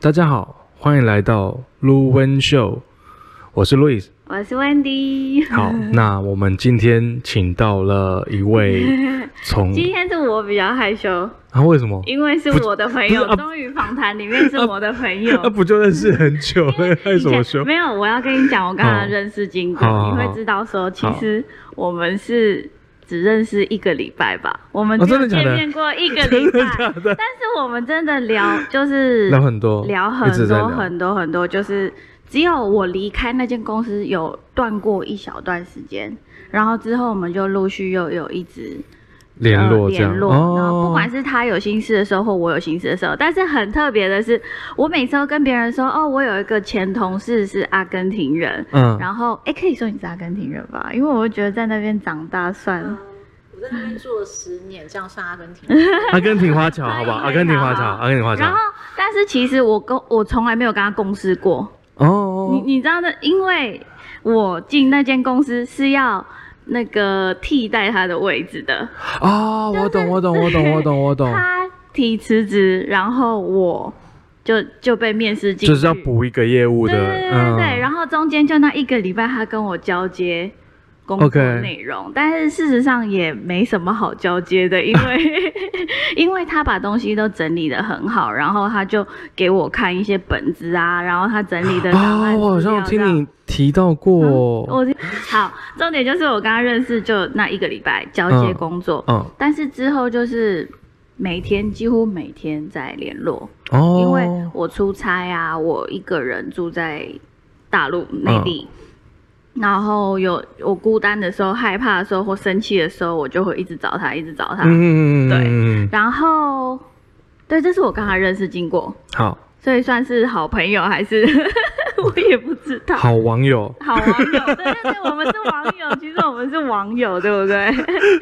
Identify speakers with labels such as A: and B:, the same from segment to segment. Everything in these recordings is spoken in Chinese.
A: 大家好，欢迎来到卢温秀，我是 Louis。
B: 我是 Wendy。
A: 好， 那我们今天请到了一位从
B: 今天是我比较害羞，
A: 啊，为什么？
B: 因为是我的朋
A: 不是啊
B: 友，终于访谈里面是我的朋友
A: 那、。不就认识很 久了，害什么羞
B: 以前？没有，我要跟你讲，我刚
A: 哦
B: 刚认识经过，
A: 好好
B: 你
A: 好
B: 会知道说，其实我们是只认识一个礼拜吧，我们
A: 哦
B: 只
A: 真
B: 有
A: 的假
B: 见
A: 的
B: 面过一个
A: 真
B: 礼
A: 的
B: 拜，
A: 假的？
B: 但是我们真的聊就是
A: 聊很多，
B: 聊
A: 一直
B: 很
A: 在聊
B: 多很多很多，就是只有我离开那间公司有断过一小段时间，然后之后我们就陆续又有一直
A: 联
B: 呃
A: 络这样
B: 联络，然后不管
A: 哦，
B: 是他有心事的时候，或我有心事的时候。但是很特别的是，我每次都跟别人说，哦，我有一个前同事是阿根廷人，
A: 嗯，
B: 然后哎，可以说你是阿根廷人吧，因为我会觉得在那边长大算
C: 嗯
B: 了。
C: 我在那边住了十年，这样算阿根廷？
A: 阿根廷花桥，好不好？啊阿根廷花桥，
B: 好
A: 阿根廷花
B: 然
A: 桥
B: 后，，但是其实我跟我从来没有跟他共事过，你
A: 哦，
B: 你知道的，因为我进那间公司是要那个替代他的位置的，
A: 哦，我懂，我懂，我懂，我懂， 我懂，
B: 他提辞职，然后我就就被面试进去，
A: 就是要补一个业务的，
B: 对对对对对，
A: 嗯
B: 然后中间就那一个礼拜，他跟我交接工作
A: OK
B: 内容但是事实上也没什么好交接的，因 为 因为他把东西都整理的很好，然后他就给我看一些本子啊，然后他整理的档
A: 啊、
B: 案、
A: 我好像有
B: 资料
A: 听你哦提到过、
B: 嗯我好，重点就是我跟他认识就那一个礼拜交接
A: 嗯
B: 工作，
A: 嗯，
B: 但是之后就是每天几乎每天在联络，
A: 哦，
B: 因为我出差啊，我一个人住在大陆内地，
A: 嗯
B: 然后有我孤单的时候、害怕的时候或生气的时候，我就会一直找他，一直找他。
A: 嗯嗯嗯，
B: 对
A: 嗯，
B: 然后，对，这是我跟他认识经过，
A: 好
B: 所以算是好朋友还是 我也不知道。
A: 好网友，
B: 好网友，对对对，我们是网友，其实我们是网友，对不对？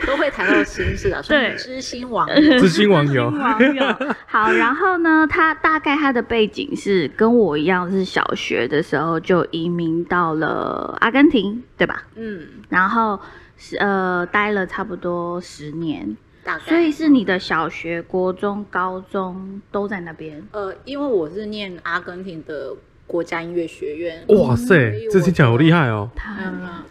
C: 都会谈到心事啊，所以
B: 对
C: 知心网友
A: 知心网友，
B: 网友。好，然后呢，他大概他的背景是跟我一样，是小学的时候就移民到了阿根廷，对吧？
C: 嗯，
B: 然后是呃待了差不多十年，
C: 大概。
B: 所以是你的小学、国中、高中都在那边。
C: 呃，因为我是念阿根廷的国家音乐学院，嗯
A: 哇塞，这听起来好厉
C: 害。
A: 害哦，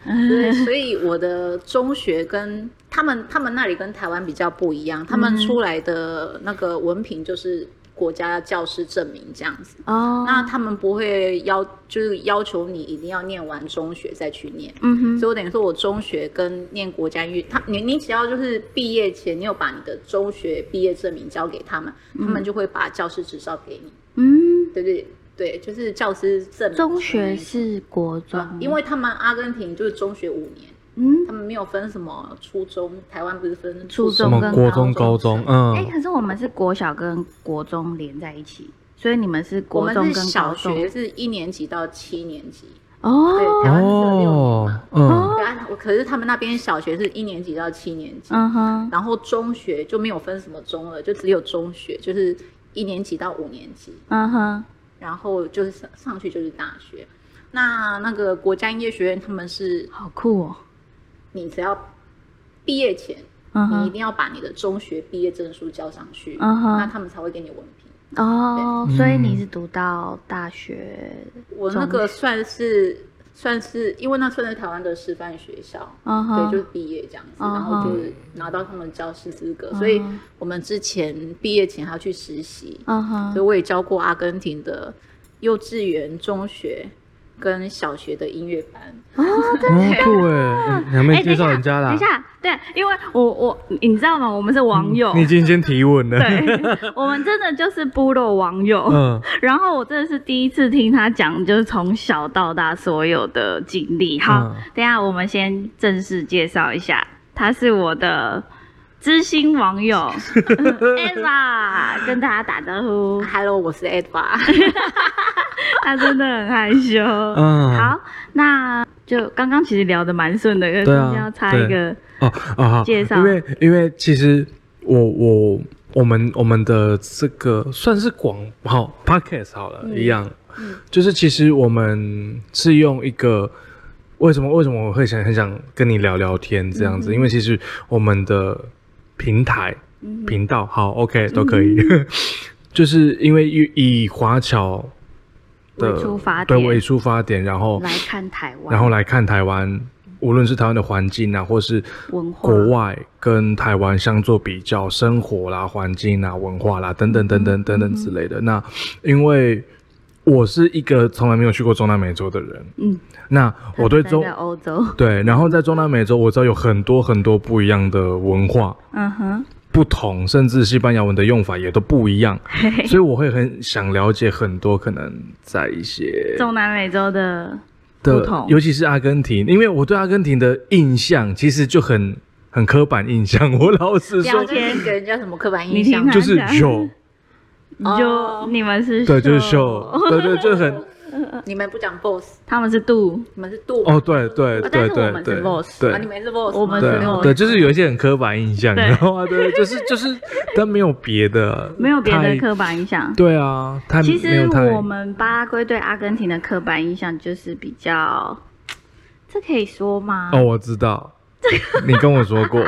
C: 嗯，对，所以我的中学跟他们他们那里跟台湾比较不一样，他们出来的那个文凭就是国家教师证明这样子。
B: 哦，
C: 那他们不会要，就是要求你一定要念完中学再去念，
B: 嗯
C: 所以我等于说我中学跟念国家音乐，他你你只要就是毕业前你有把你的中学毕业证明交给他们，他
B: 嗯
C: 们就会把教师执照给你，
B: 哼，嗯，
C: 对对对，就是教师证明
B: 中学是国中，
C: 因为他们阿根廷就是中学五年，
B: 嗯，
C: 他们没有分什么初中，台湾不是分
B: 初
A: 什
B: 中
A: 么
B: 跟
A: 国
B: 高
A: 中、
B: 中
A: 高中，嗯，
B: 哎、可是我们是国小跟国中连在一起，所以你们是
C: 我
B: 国
C: 们
B: 中
C: 是
B: 跟
C: 小
B: 高中
C: 学是一年级到七年级，对，
B: 哦。
C: 台湾是只有六年嘛
A: 哦，嗯，
C: 对啊，我可是他们那边小学是一年级到七年级，
B: 嗯哼，
C: 然后中学就没有分什么中了，就只有中学，就是一年级到五年级，
B: 嗯哼，
C: 然后就是上上去就是大学。那那个国家音乐学院，他们是
B: 好酷哦。
C: 你只要毕业前，
B: 嗯
C: 你一
B: 哼，
C: 定要把你的中学毕业证书交上去，
B: 嗯哼
C: 那他们才会给你文凭。
B: 哦，所以你
A: 嗯
B: 是读到大学，
C: 我那个算是算是，因为那算是台湾的师范学校，
B: 嗯
C: 对，就是
B: 哼，
C: 毕业这样子，
B: 嗯哼嗯
C: 然后就是拿到他们教师资格，所以我们之前毕业前还要去实习，
B: 嗯
C: 所以
B: 哼，
C: 我也教过阿根廷的幼稚园、中学跟小学的音乐班。
A: 哦，酷哎，你还没介绍人家啦，
B: 等一下，对，因为我我你知道吗？我们是网友，
A: 你已经先提问了，
B: 对，我们真的就是部落网友。
A: 嗯，
B: 然后我真的是第一次听他讲，就是从小到大所有的经历。好，
A: 嗯
B: 等一下我们先正式介绍一下，他是我的知心 网友 Ella，跟大家打招呼。
C: Hello，我是 Edva，
B: 他真的很害羞。
A: 嗯
B: 好，那就刚刚其实聊得蛮顺的，可是
A: 对啊
B: 中间要插一个，
A: 哦哦，好
B: 介绍
A: 因为因为其实我我我们我们的这个算是广好 podcast 好了，
B: 嗯
A: 一样，就是其实我们是用一个为什么为什么我会想很想跟你聊聊天这
B: 嗯
A: 样子，因为其实
B: 嗯
A: 我们的平台、频道好 OK 都可以， 就是因为以以华侨的
B: 为出发
A: 对
B: 点
A: 为出发点，然后
B: 来看台湾，
A: 然后来看台湾，无论是台湾的环境啊，或是
B: 文化
A: 国外跟台湾相做比较，生活啦、环境啦、文化啦
B: 嗯
A: 等等等等等等之类的。那因为我是一个从来没有去过中南美洲的人，
B: 嗯，
A: 那我对
B: 他们
A: 中
B: 在欧洲，
A: 对，然后在中南美洲，我知道有很多很多不一样的文化。
B: 嗯哼，
A: 不同，甚至西班牙文的用法也都不一样，
B: 嘿嘿
A: 所以我会很想了解很多可能在一些
B: 中南美洲的不
A: 的
B: 同，
A: 尤其是阿根廷，因为我对阿根廷的印象其实就很很刻板印象。 我老实
C: 聊
A: 说，
C: 天给人家什么刻板
B: 你
C: 印
B: 听
C: 象
B: 他？
A: 就是
B: 讲
A: 秀，
B: 你
C: 哦
B: 就、你们是
A: 对，就是秀
B: 秀，，
A: 对对，就 很
B: 啊
C: 你们不讲 boss，
B: 他们是度，
C: 你们是杜
A: 哦，对对
B: 但
A: 对
B: 是我
A: 对
B: 们
A: 对
B: 是 boss，
C: 啊，
A: 对
C: 你。们是 boss，
B: 我们
A: 对
B: 是
A: 啊
B: boss
A: 对，就是有一些很刻板印象，
B: 对
A: 然后啊，对，就是就是，但没有别的，
B: 没有别的
A: 太
B: 刻板印象。
A: 对啊，他
B: 其
A: 没
B: 实
A: 有太
B: 我们巴拉圭对阿根廷的刻板印象就是比较，这可以说吗？
A: 哦，我知道， 你跟我说过，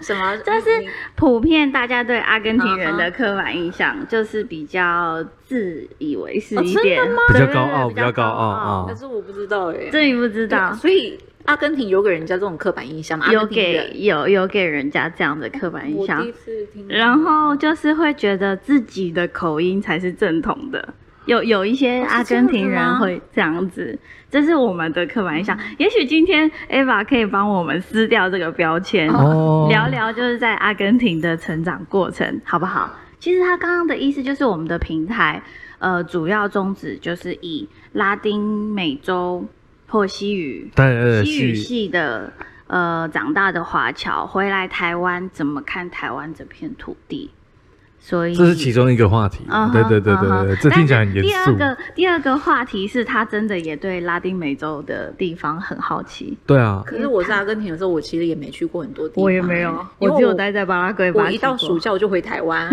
C: 什么？
B: 但是
C: 你
B: 普遍大家对阿根廷人的刻板印象就是比较自以为是一点，
C: 哦真的吗
A: 比较
B: 对
A: 高傲，
B: 对对
A: 比较高傲
B: 傲。
A: 啊
C: 可。是我不知道哎，
B: 这你不知
C: 对
B: 道，
C: 所以阿根廷有给人家这种刻板印象吗？
B: 啊有
C: 阿根廷
B: 给
C: 人
B: 有有给人家这样的刻板印
C: 我嗯
B: 象
C: 第一，次听到，
B: 然后就是会觉得自己的口音才是正统的。有有一些
C: 哦是
B: 阿根廷
C: 这样子
B: 人
C: 吗
B: 会这样子，这是我们的刻板印象。也许今天 Ava 可以帮我们撕掉这个标签，
A: 哦
B: 聊聊就是在阿根廷的成长过程，好不好？其实他刚刚的意思就是我们的平台，呃，主要宗旨就是以拉丁美洲或西语
A: 对对对，
B: 西语
A: 是
B: 系的呃长大的华侨回来台湾，怎么看台湾这片土地？所以
A: 这是其中一个话题
B: 嗯。哼
A: 对对对
B: 嗯
A: 对
B: 哼
A: 对，这听起来很严
B: 但是
A: 肃
B: 第。二个第二个话题是他真的也对拉丁美洲的地方很好奇，
A: 对啊，
C: 可是我是阿根廷的时候，我其实也没去过很多地方，欸
B: 我也没有，我
C: 因为
B: 只有待在巴拉圭吧。
C: 我一到暑假我就回台 湾，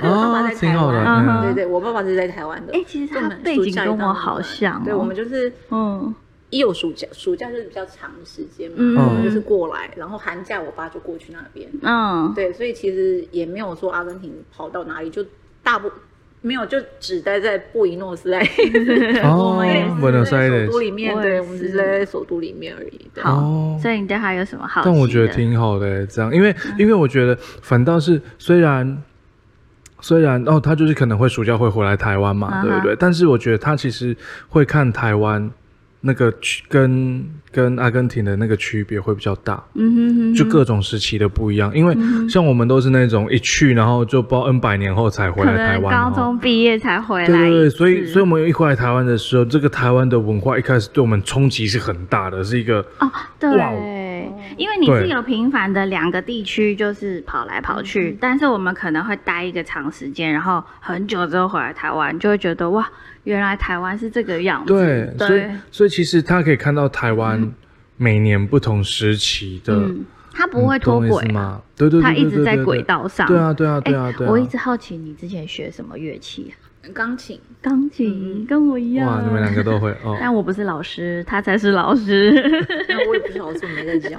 C: 我爸爸
A: 啊，
C: 在
A: 挺
C: 台
A: 好的。
C: 湾，
B: 嗯哼
C: 对对，我爸爸是在台湾的。
B: 哎、其实
C: 我
B: 他
C: 们
B: 背
C: 暑
B: 景
C: 假
B: 跟
C: 一到
B: 我
C: 日
B: 好
C: 本
B: 像、哦，
C: 对我们就是
B: 嗯
C: 一有暑假，暑假就是比较长的时间嘛，
B: 嗯
C: 然后就是过来，然后寒假我爸就过去那边，
B: 嗯，
C: 对，所以其实也没有说阿根廷跑到哪里，就大部没有就只待在布宜诺斯艾利斯，
A: 哦
B: 们 也是
A: ，Buenos
C: 在
A: Aires。
C: 首都里面，
B: 我也
C: 对，
B: 是
C: 我们只是在首都里面而已。对
B: 好，
A: 哦
B: 所以你对他有什么好奇的？嗯
A: 但我觉得挺好的欸，这样，因为因为我觉得反倒是虽然虽然哦，他就是可能会暑假会回来台湾嘛，
B: 嗯哼
A: 对不对？但是我觉得他其实会看台湾那个区跟跟阿根廷的那个区别会比较大。
B: 嗯哼哼哼，
A: 就各种时期的不一样，因为像我们都是那种一去，然后就不知道 N 百年后才回
B: 可
A: 来台湾，
B: 能高
A: 然后
B: 中毕业才回来
A: 对对对，
B: 一
A: 所以
B: 次
A: 所以我们一回来台湾的时候，这个台湾的文化一开始对我们冲击是很大的，是一个
B: 哦，
A: 哇
B: 对，因为你
A: 对
B: 是有频繁的两个地区就是跑来跑去，但是我们可能会待一个长时间，然后很久之后回来台湾，就会觉得哇，原来台湾是这个样子，
A: 对，所以
B: 对，
A: 所以其实他可以看到台湾每年不同时期的，
B: 嗯，它
A: 你
B: 不会脱
A: 懂我意
B: 轨
A: 思
B: 啊，
A: 吗？对对对，
B: 它
A: 对
B: 一直在轨。道上，
A: 对对对啊，对啊，对啊，对啊！
B: 哎我一直好奇你之前学什么乐器、啊？
C: 钢 琴，
B: 钢琴，跟我一样。
A: 哇，你们两个都会哦。
B: 但我不是老师，他才是老师，
C: 那我也不知道我怎么没在教。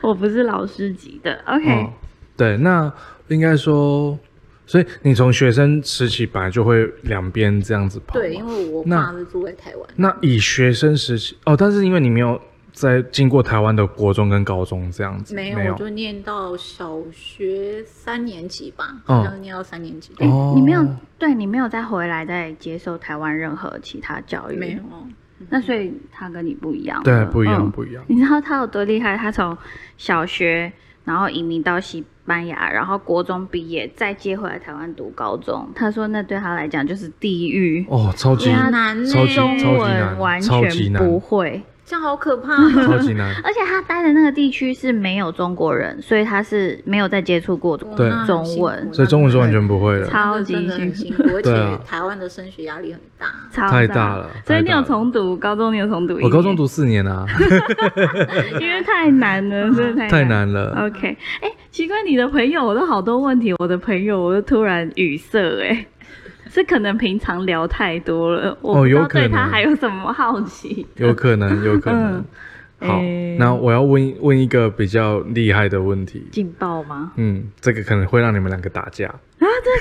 B: 我不是老师级的。OK，、
A: 嗯，对，那应该说，所以你从学生时期本来就会两边这样子跑嘛。
C: 对，因为我
A: 那
C: 爸是住在台湾，
A: 那以学生时期哦，但是因为你没有在经过台湾的国中跟高中这样子，
C: 没
A: 没
C: 有，我就念到小学三年级吧，
A: 嗯
C: 好像念到三年级。
A: 哦
B: 你没有对你没有再回来再接受台湾任何其他教育，
C: 没有。，
B: 那所以他跟你不一样了，
A: 对，不一样，
B: 嗯
A: 不一样。
B: 你知道他有多厉害？他从小学，然后移民到西班牙，然后国中毕业，再接回来台湾读高中。他说那对他来讲就是地狱，
A: 哦，超级
B: 因为他
C: 难呢
A: 超级
B: 中
A: 超级
B: 文
A: 难，
B: 完
A: 超级
B: 全
A: 难，
B: 不会。
C: 这样好可怕
A: 超
C: 哦。
A: 级难。
B: 而且他待的那个地区是没有中国人，所以他是没有再接触过的。
A: 对
C: 那很辛
B: 中
C: 苦
B: 文
C: 那
A: 所以中文是完
C: 真的
A: 全不会的，
B: 超级
C: 真的很
B: 辛
C: 辛苦，而
A: 对啊
C: 且台湾的升学压力很大。
B: 超
A: 太大了
B: 所以你
A: 太大
B: 有
A: 了
B: 重读高中，你有重读一年。
A: 我高中，读四年 啊，
B: 因为太难了，真的
A: 太
B: 难
A: 难了。
B: OK，哎、奇怪，你的朋友，我都好多问题，我的朋友，我都突然语塞、哎， 是可能平常聊太多了，我不知
A: 有
B: 道
A: 可
B: 对他
A: 能
B: 还有什么好奇。
A: 有可能，有可能。好
B: 嗯诶，
A: 那我要问问一个比较厉害的问题。
B: 劲爆吗？
A: 嗯，这个可能会让你们两个打架。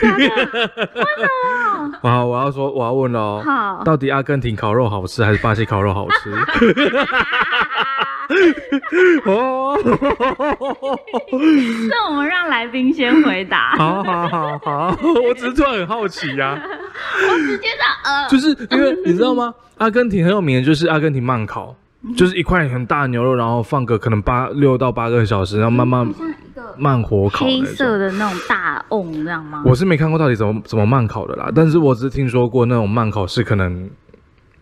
B: 真的假 的？
A: 好，我要说，我要问了哦，
B: 好，
A: 到底阿根廷烤肉好吃还是巴西烤肉好 吃？哦，
B: 那我们让来宾先回答。
A: 好好好好，我只是突然很好奇 呀、
B: 我直接的呃，
A: 就是因为你知道吗？阿根廷很有名的就是阿根廷慢烤，
B: 嗯
A: 就是一块很大的牛肉，然后放个可能八六到八个小时，然后慢慢
B: 像一个
A: 慢火烤
B: 黑
A: 那种。
B: 色的那种大瓮，这样吗？
A: 我是没看过到底怎么怎么慢烤的啦，但是我只是听说过那种慢烤是可能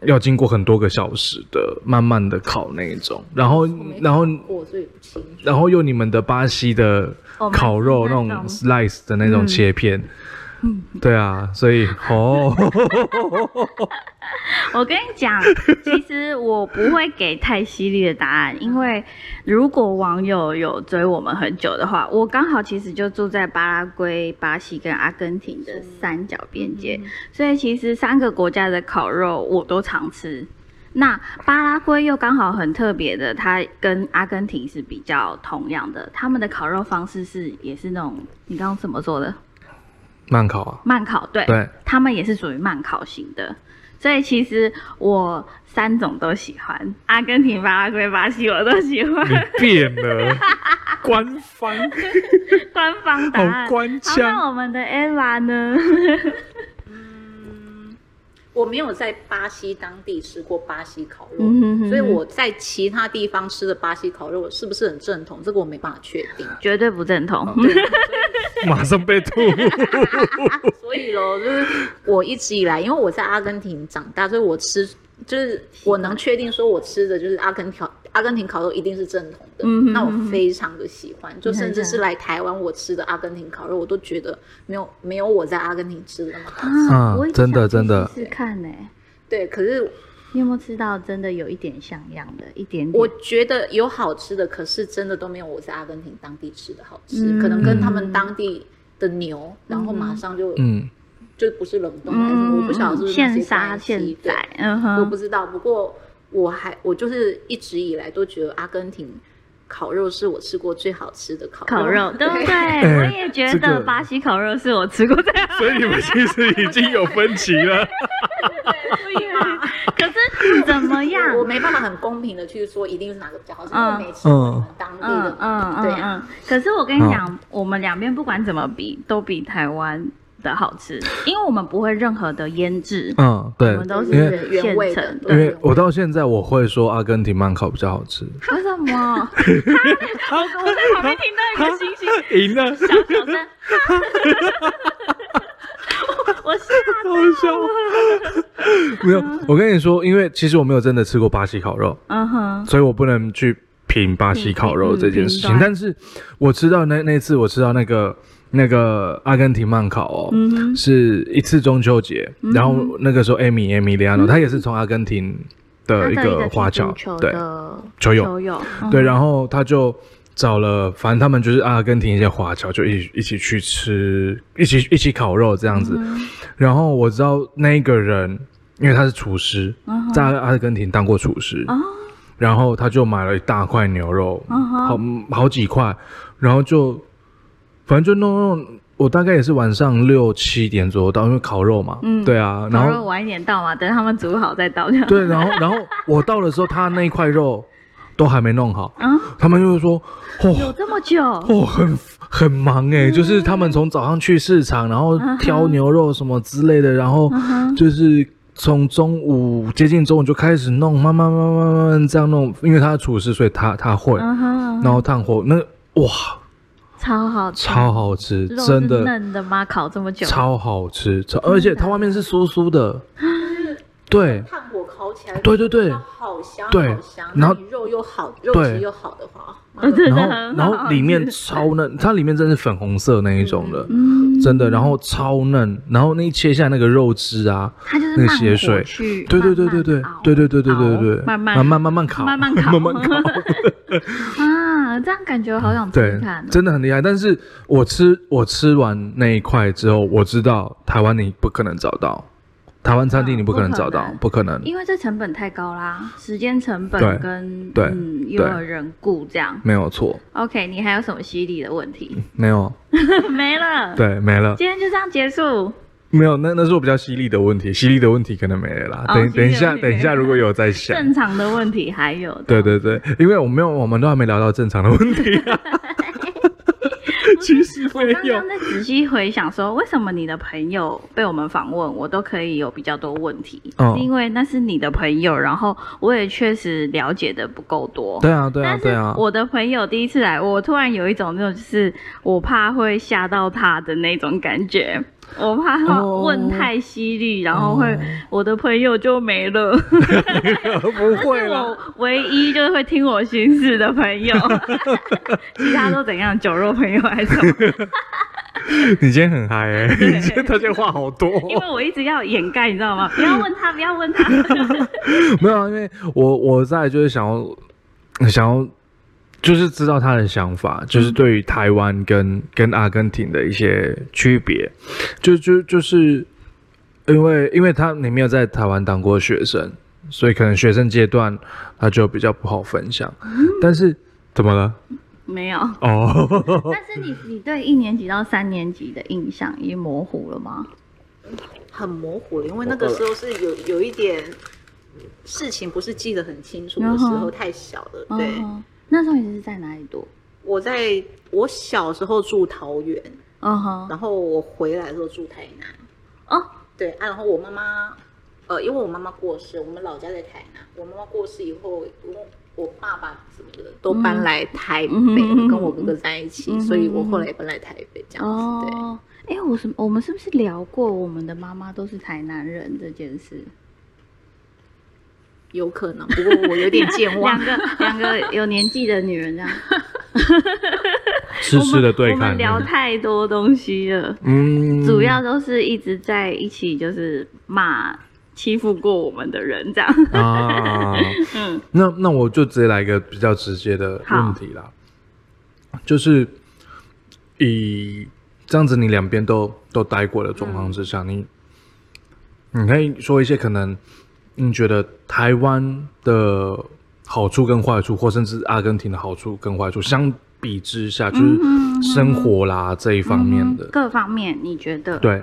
A: 要经过很多个小时的慢慢的烤那一种，然后然后
C: 我所以不清楚。
A: 然后用你们的巴西的
B: 哦
A: 烤肉那
B: 那种
A: 种 slice 的那种切片，对啊，所以 哦，
B: 我跟你讲，其实我不会给太犀利的答案，因为如果网友有追我们很久的话，我刚好其实就住在巴拉圭、巴西跟阿根廷的三角边界，所以其实三个国家的烤肉我都常吃。那巴拉圭又刚好很特别的，它跟阿根廷是比较同样的，他们的烤肉方式是也是那种你刚刚怎么说的
A: 慢烤啊，
B: 慢烤，对，
A: 对，
B: 他们也是属于慢烤型的，所以其实我三种都喜欢，阿根廷、巴拉圭、巴西我都喜欢。
A: 你变了，官方。
B: 官方答案
A: 好官腔
B: 好那我们的 Eva 呢？
C: 我没有在巴西当地吃过巴西烤肉，
B: 嗯哼哼哼
C: 所以我在其他地方吃的巴西烤肉是不是很正统？这个我没办法确定。
B: 绝对不正
A: 哦
B: 统。
A: 马上被 吐。
C: 所以咯，就是我一直以来，因为我在阿根廷长大，所以我吃就是我能确定说，我吃的就是阿根廷阿根廷烤肉一定是正统的。
B: 嗯哼
C: 那
B: 嗯哼
C: 我非常的喜欢，就甚至
B: 很
C: 是来台湾我吃的阿根廷烤肉，我都觉得没有没有我在阿根廷吃的那么好。
A: 啊
B: 嗯我也
A: 真的
B: 想去
A: 真的
B: 试试看呢、欸
C: 对，可是
B: 你有没有吃到真的有一点像样的，一点点？
C: 我觉得有好吃的，可是真的都没有我在阿根廷当地吃的好吃，
B: 嗯
C: 可能跟他们当地的牛，然后马上就、
A: 嗯，
C: 就不是冷冻还是什么，我不晓得是不是那些
B: 嗯现杀
C: 关系
B: 现
C: 对
B: 宰，嗯
C: 我
B: 哼，
C: 不知道，不过我还我就是一直以来都觉得阿根廷烤肉是我吃过最好吃的烤
B: 烤 肉对不对？我也觉
A: 哎这
B: 得
A: 个
B: 巴西烤肉是我吃过最好
A: 所以你们其实已经有分歧了。
B: 的，可是怎么样？
C: 我没办法很公平的去说一定是哪个比较好吃，因
B: 嗯
C: 为每次我们当地
B: 嗯
C: 的
B: 嗯嗯
C: 对
B: 嗯
C: 啊。
B: 可是我跟你
A: 嗯
B: 讲，我们两边不管怎么比，都比台湾的好吃，因为我们不会任何的腌制，
A: 嗯，对
B: 我，们都
C: 因
B: 是
C: 为原味
B: 现
C: 的
B: 成
A: 因
B: 的。
A: 为我到现在我会说阿根廷慢烤比较好吃。
B: 为什么？我 我在旁边听到一个星星
A: 赢了，
B: 小小声， 我我吓
A: 好笑。 没有，我跟你说，因为其实我没有真的吃过巴西烤肉，
B: 嗯哼，
A: 所以我不能去评巴西烤肉这件事
B: 嗯嗯
A: 情
B: 嗯。
A: 但是我吃到那那次我吃到那个那个阿根廷慢烤哦，
B: 嗯哼，嗯
A: 是一次中秋节，然后那个时候艾米艾米利亚诺，他也是从阿根廷
B: 它
A: 的
B: 的
A: 一个华
B: 踢足
A: 侨
B: 球，
A: 对，
B: 的
A: 球友
B: 球友，
A: 对，然后他就找了，反正他们就是阿根廷一些华侨，就一起一起去吃，一起一起烤肉这样子。然后我知道那一个人，因为他是厨师，
B: 嗯哼
A: 在阿根廷当过厨师，
B: 哦
A: 然后他就买了一大块牛肉，
B: 嗯哼
A: 好好几块，然后就反正就弄弄。我大概也是晚上六七点左右到，因为烤肉嘛，
B: 嗯
A: 对啊，然
B: 烤
A: 后
B: 肉晚一点到嘛，等他们煮好再到这样。
A: 对，然后 然后我到的时候，他那一块肉都还没弄好，
B: 啊，
A: 他们就会说，哦，
B: 有这么久？
A: 哦，很很忙哎、
B: 嗯
A: 就是他们从早上去市场，然后挑牛肉什么之类的，然后
B: 嗯
A: 就是从中午接近中午就开始弄，慢慢慢慢慢慢这样弄，因为他是厨师，所以他他会，
B: 嗯哼，
A: 然后炭火那哇
B: 超好吃，
A: 超好吃，
B: 肉
A: 真
B: 是
A: 的
B: 嫩的吗？烤这么久，
A: 超好吃，超而且它外面是酥酥的，
B: 嗯
A: 对
C: 炭火烤起来，
A: 对对对
C: 好香，
A: 对
C: 好香。
A: 然后
C: 那你肉又好，肉
A: 对
C: 质又好的话，
B: 真的
A: 然后
B: 很
A: 然
B: 好
A: 后
B: 吃
A: 里面超嫩，它里面真的是粉红色那一种的。
B: 嗯，
A: 真的，然后超嫩，然后那一切下那个肉汁啊，
B: 它就是
A: 那
B: 慢
A: 个
B: 火
A: 血水
B: 去
A: 对对对
B: 慢
A: 对对
B: 慢熬
A: 对对对对对对，
B: 熬慢
A: 慢
B: 慢
A: 慢慢慢烤，
B: 慢慢 烤
A: 慢慢烤，
B: 啊，这样感觉好想
A: 对
B: 吃看，哦，
A: 真的很厉害。但是我吃我吃完那一块之后，我知道台湾你不可能找到，台湾餐厅你不可能找到，
B: 嗯
A: 不可能，
B: 因为这成本太高啦，时间成
A: 对
B: 本跟
A: 对
B: 嗯，又有
A: 对
B: 人雇这样。
A: 没有错，
B: OK，你还有什么犀利的问题？
A: 没有，
B: 没了，
A: 对，没了，
B: 今天就这样结束。
A: 没有，那那是我比较犀利的问题，犀利的问题可能没了啦。
B: 哦
A: 等
B: 犀利的
A: 等一下，
B: 问题
A: 等一下，如果有在想，
B: 正常的问题还有的，
A: 对对对，因为我没有，我们都还没聊到正常的问题 啊。其实没
B: 我刚
A: 有
B: 刚，在仔细回想说，为什么你的朋友被我们访问，我都可以有比较多问题，
A: 嗯
B: 是因为那是你的朋友，然后我也确实了解的不够多。
A: 对啊，对啊，
B: 但
A: 对啊
B: 是，我的朋友第一次来，我突然有一种那种就是我怕会吓到他的那种感觉，我怕他
A: 哦
B: 问太犀利，然后会、
A: 哦
B: 我的朋友就没了。
A: 不 会
B: 是
A: 啦
B: 我。唯一就是会听我心事的朋 友，其他都怎样？酒肉朋友还是什 么？
A: 你今天很嗨 哎，
B: 对
A: 你今天他今天话好多哦。
B: 因为我一直要掩盖，你知道吗？不要问他，不要问 他。
A: 没有啊，因为我我在就是想要想要就是知道他的想法，就是对于台湾跟跟阿根廷的一些区别，就就就是因为因为他你没有在台湾当过学生，所以可能学生阶段他就比较不好分享，
B: 嗯
A: 但是。怎么了？
B: 没有。
A: 哦，
B: 但是你你对一年级到三年级的印象已经模糊了吗？
C: 很模糊了，因为那个时候是有有一点事情不是记得很清楚的时
B: 嗯
C: 候，
B: 哼
C: 太小了。对，
B: 嗯哼那时候你是在哪里读？
C: 我在我小时候住桃园，
B: 嗯哼，
C: 然后我回来的时候住台南。
B: 哦，
C: 对啊，然后我妈妈，呃，因为我妈妈过世，我们老家在台南，我妈妈过世以后，我我爸爸什么的都搬来台北，
B: 嗯
C: 跟我哥哥在一起，
B: 嗯
C: 所以我后来也搬来台北这样子。对。
B: 哦，哎、我什我们是不是聊过我们的妈妈都是台南人这件事？
C: 有可能，不过我有点健忘
B: 两。个两个有年纪的女 人这样，
A: 痴痴的对
B: 我们
A: 看，
B: 聊太多东西了，
A: 嗯
B: 主要都是一直在一起，就是骂欺负过我们的人这样。
A: 啊，
B: 嗯，
A: 那那我就直接来一个比较直接的问题啦，就是以这样子你两边都都待过的状况之下，你你可以说一些可能你觉得台湾的好处跟坏处，或甚至阿根廷的好处跟坏处，相比之下，就是生活啦、这一方面的，
B: 各方面，你觉得？，
A: 对，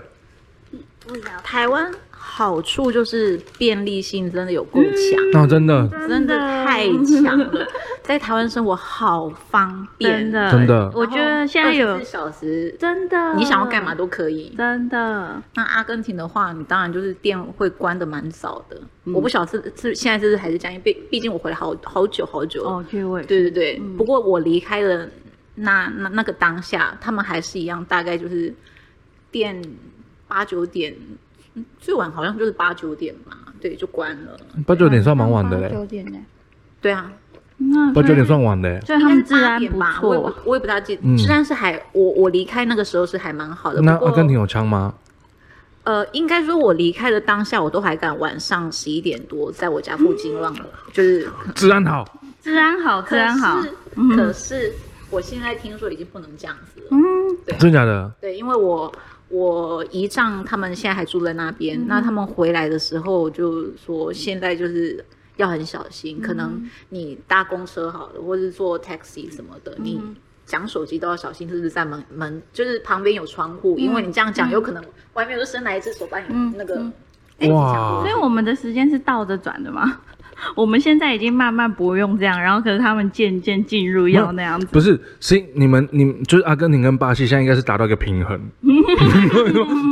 C: 台湾好处就是便利性真的有够强，
A: 那、真的
B: 嗯
C: 真的太强了，在台湾生活好方便，
B: 真的
A: 真的
B: 我觉得现在有
C: 四小时，
B: 真的，
C: 你想要干嘛？都可以。
B: 真的，
C: 那阿根廷的话，你当然就是店会关的蛮早的。我不晓得是是现在是不是还是这样，因为毕毕竟我回来好好久好久了。
B: 哦，去我也是
C: 对对对，不过我离开了那那那个当下，他们还是一样，大概就是店八九点，嗯最晚好像就是八九点吧，对，就关了。
A: 八九点算蛮晚的嘞
B: 八，九点嘞，
C: 对啊，
B: 那
A: 八九点算晚的嘞。
B: 所嗯以他们治安
C: 应该是
B: 不
C: 八点吧我也
B: 错
C: 不，我也不大记，
A: 嗯
C: 得，但是还我我离开那个时候是还蛮好的。
A: 那
C: 不过
A: 阿根廷有枪吗？
C: 呃，应该说我离开的当下，我都还敢晚上十一点多在我家附近乱， 就是
A: 治安好，
B: 治安好，治安好
C: 可。是可是我现在听说已经不能这样子了。
B: 嗯，
A: 真假的？
C: 对，因为我我姨丈他们现在还住在那
B: 嗯
C: 边，那他们回来的时候就说现在就是要很小心，可
B: 嗯
C: 能你搭公车好了，或是坐 taxi 什么
B: 嗯
C: 的，你。讲手机都要小心，是不是在门门就是旁边有窗户？因为你这样讲，有可能外面就伸来一只手把
B: 嗯
C: 你那个
B: 嗯
A: 哇
B: 所以我们的时间是倒着转的嘛。 我们现在已经慢慢不用这样，然后可是他们渐渐进入要那样子。
A: 不是，是你们你们就是阿根廷跟巴西现在应该是达到一个平 衡，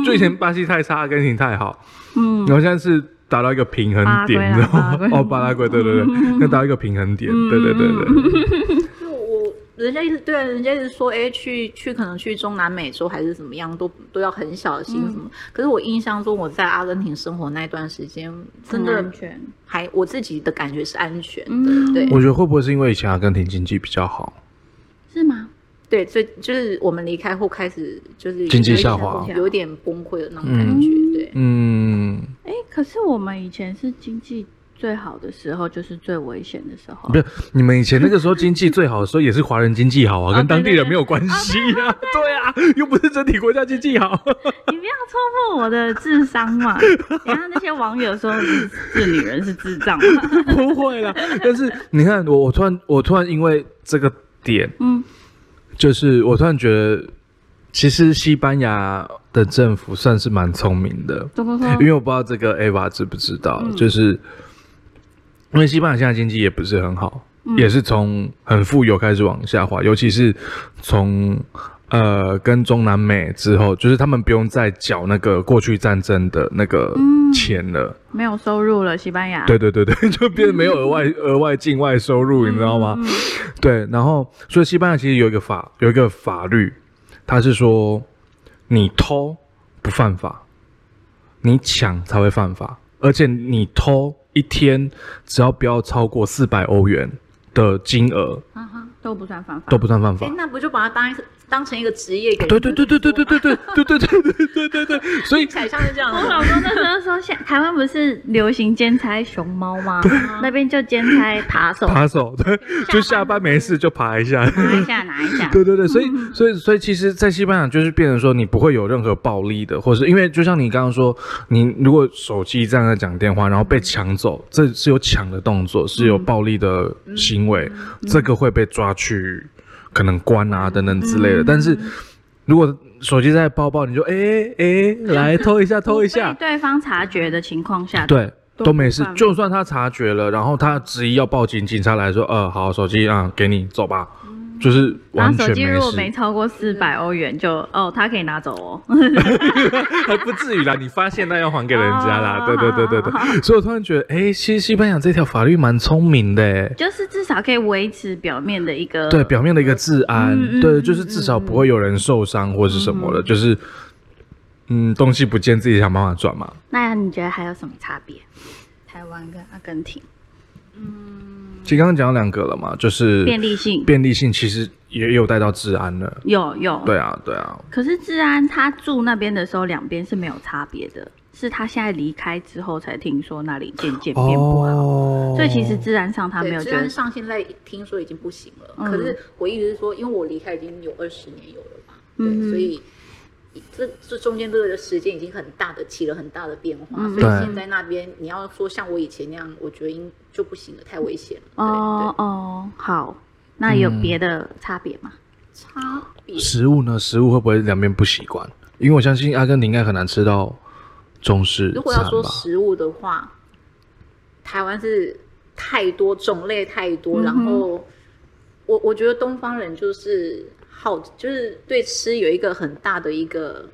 A: 就以前巴西太差，阿根廷太好，
B: 嗯
A: 然后现在是达到一个平衡点，
B: 巴拉圭啦
A: 然后
B: 巴拉
A: 哦巴
B: 圭嗯
A: 拉圭，对对对，要达到一个平衡点，对对对对，
C: 就我人家一直对啊，人家一直说，哎，去去可能去中南美洲还是怎么样，都都要很小心什么。
B: 嗯
C: 可是我印象中，我在阿根廷生活那段时间，真
B: 很
C: 的
B: 安全。
C: 还我自己的感觉是安全的，
B: 嗯
C: 对
A: 我觉得会不会是因为以前阿根廷经济比较好？
B: 是吗？
C: 对，所以就是我们离开后开始就是
A: 经济
C: 有点
A: 下滑
C: 有点崩溃的那种感觉，对。
A: 嗯，
B: 哎，可是我们以前是经济最好的时候就是最危险的时候
A: 不。是你们以前那个时候经济最好的时候，也是华人经济好啊，
B: 哦
A: 跟当地
B: 对对
A: 人
B: 对
A: 没有关系啊，对啊，又不是整体国家经济好。
B: 你不要戳破我的智商 嘛！你看那些网友说是是女人是智障 嘛？
A: 不会啦。但是你看，我我突然我突然因为这个点，
B: 嗯，
A: 就是我突然觉得，其实西班牙的政府算是蛮聪明的，
B: 怎么
A: 因
B: 说？
A: 为我不知道这个 Ava 知不知道，
B: 啊嗯
A: 就是因为西班牙现在经济也不是很好，
B: 嗯
A: 也是从很富有开始往下滑，尤其是从。呃，跟中南美之后，就是他们不用再缴那个过去战争的那个
B: 嗯
A: 钱了，
B: 没有收入了，西班牙。
A: 对对对对，就变得没有额外额外境外收入，
B: 嗯，
A: 你知道吗？
B: 嗯？
A: 对，然后所以西班牙其实有一个法有一个法律，它是说你偷不犯法，你抢才会犯法，而且你偷一天只要不要超过四百欧元的金额
C: 啊哈，
B: 都不算犯法。
A: 都不算犯法
C: 哎，。那不就把它当一个当成一个职业给？
A: 对对对对对对对对对对对对对对对，所以
C: 彩像是这样
B: 我
C: 的。
B: 老公那时候说，现台湾不是流行兼差熊猫吗？那边就兼差扒手，
A: 扒手对，就下班没事就爬一下。
B: 拿 一下拿一下。
A: 对对对，所以
B: 嗯
A: 所以所以，其实，在西班牙就是变成说，你不会有任何暴力的，或是因为就像你刚刚说，你如果手机这样在讲电话，然后被抢走，这是有抢的动作，是有暴力的行
B: 嗯
A: 为，这个会被抓去可能关啊等等之类的。
B: 嗯
A: 但是如果手机在包包，你就哎哎来偷一下偷一
B: 不
A: 下，
B: 被对方察觉的情况下，
A: 对。
B: 嗯都
A: 都
B: 不
A: 没事
B: 犯，
A: 就算他察觉了，然后他执意要报警，警察来说，呃，好，手机啊，给你，走吧，就是
B: 然
A: 完
B: 后
A: 全
B: 嗯手
A: 没
B: 机如果
A: 事。
B: 没超过四百欧元就，哦，他可以拿走哦。
A: 还呃不至于啦，你发现那要还给人家啦。
B: 哦
A: 对对对对对，所以我突然觉得，哎、其实西班牙这条法律蛮聪明的、诶
B: 就是至少可以维持表面的一个
A: 对表面的一个治安，
B: 呃嗯嗯
A: 对，
B: 嗯
A: 就是至少不会有人受伤或是什么的，就是嗯，东西不见自己想办法赚嘛。
B: 那你觉得还有什么差别？台湾跟阿根廷
A: 其实刚刚讲到两个了嘛，就是
B: 便利性
A: 便利性其实也有带到治安了。
B: 有有，
A: 对啊，对啊，
B: 可是治安他住那边的时候，两边是没有差别的，是他现在离开之后才听说那里渐渐变不好，
A: 哦，
B: 所以其实治安上他没有觉
C: 对，虽
B: 得
C: 然上现在听说已经不行了，
B: 嗯
C: 可是我一直是说，因为我离开已经有二十年有了嘛，对，
B: 嗯哼
C: 所以这这中间这个时间已经很大的起了很大的变化，
B: 嗯
C: 所以
A: 对
C: 现在那边你要说像我以前那样，我觉得应就不行了，太危险了。对
B: 哦哦好，那有
A: 嗯
B: 别的差别吗？
C: 对，差别
A: 食物呢，食物会不会两边不习惯？因为我相信阿根廷应该很难吃到中式
C: 如果
A: 餐
C: 要说
A: 吧。
C: 食物的话，台湾是太多种类太多，
B: 嗯哼
C: 然后我我觉得东方人就是好，就是对吃有一个很大的一个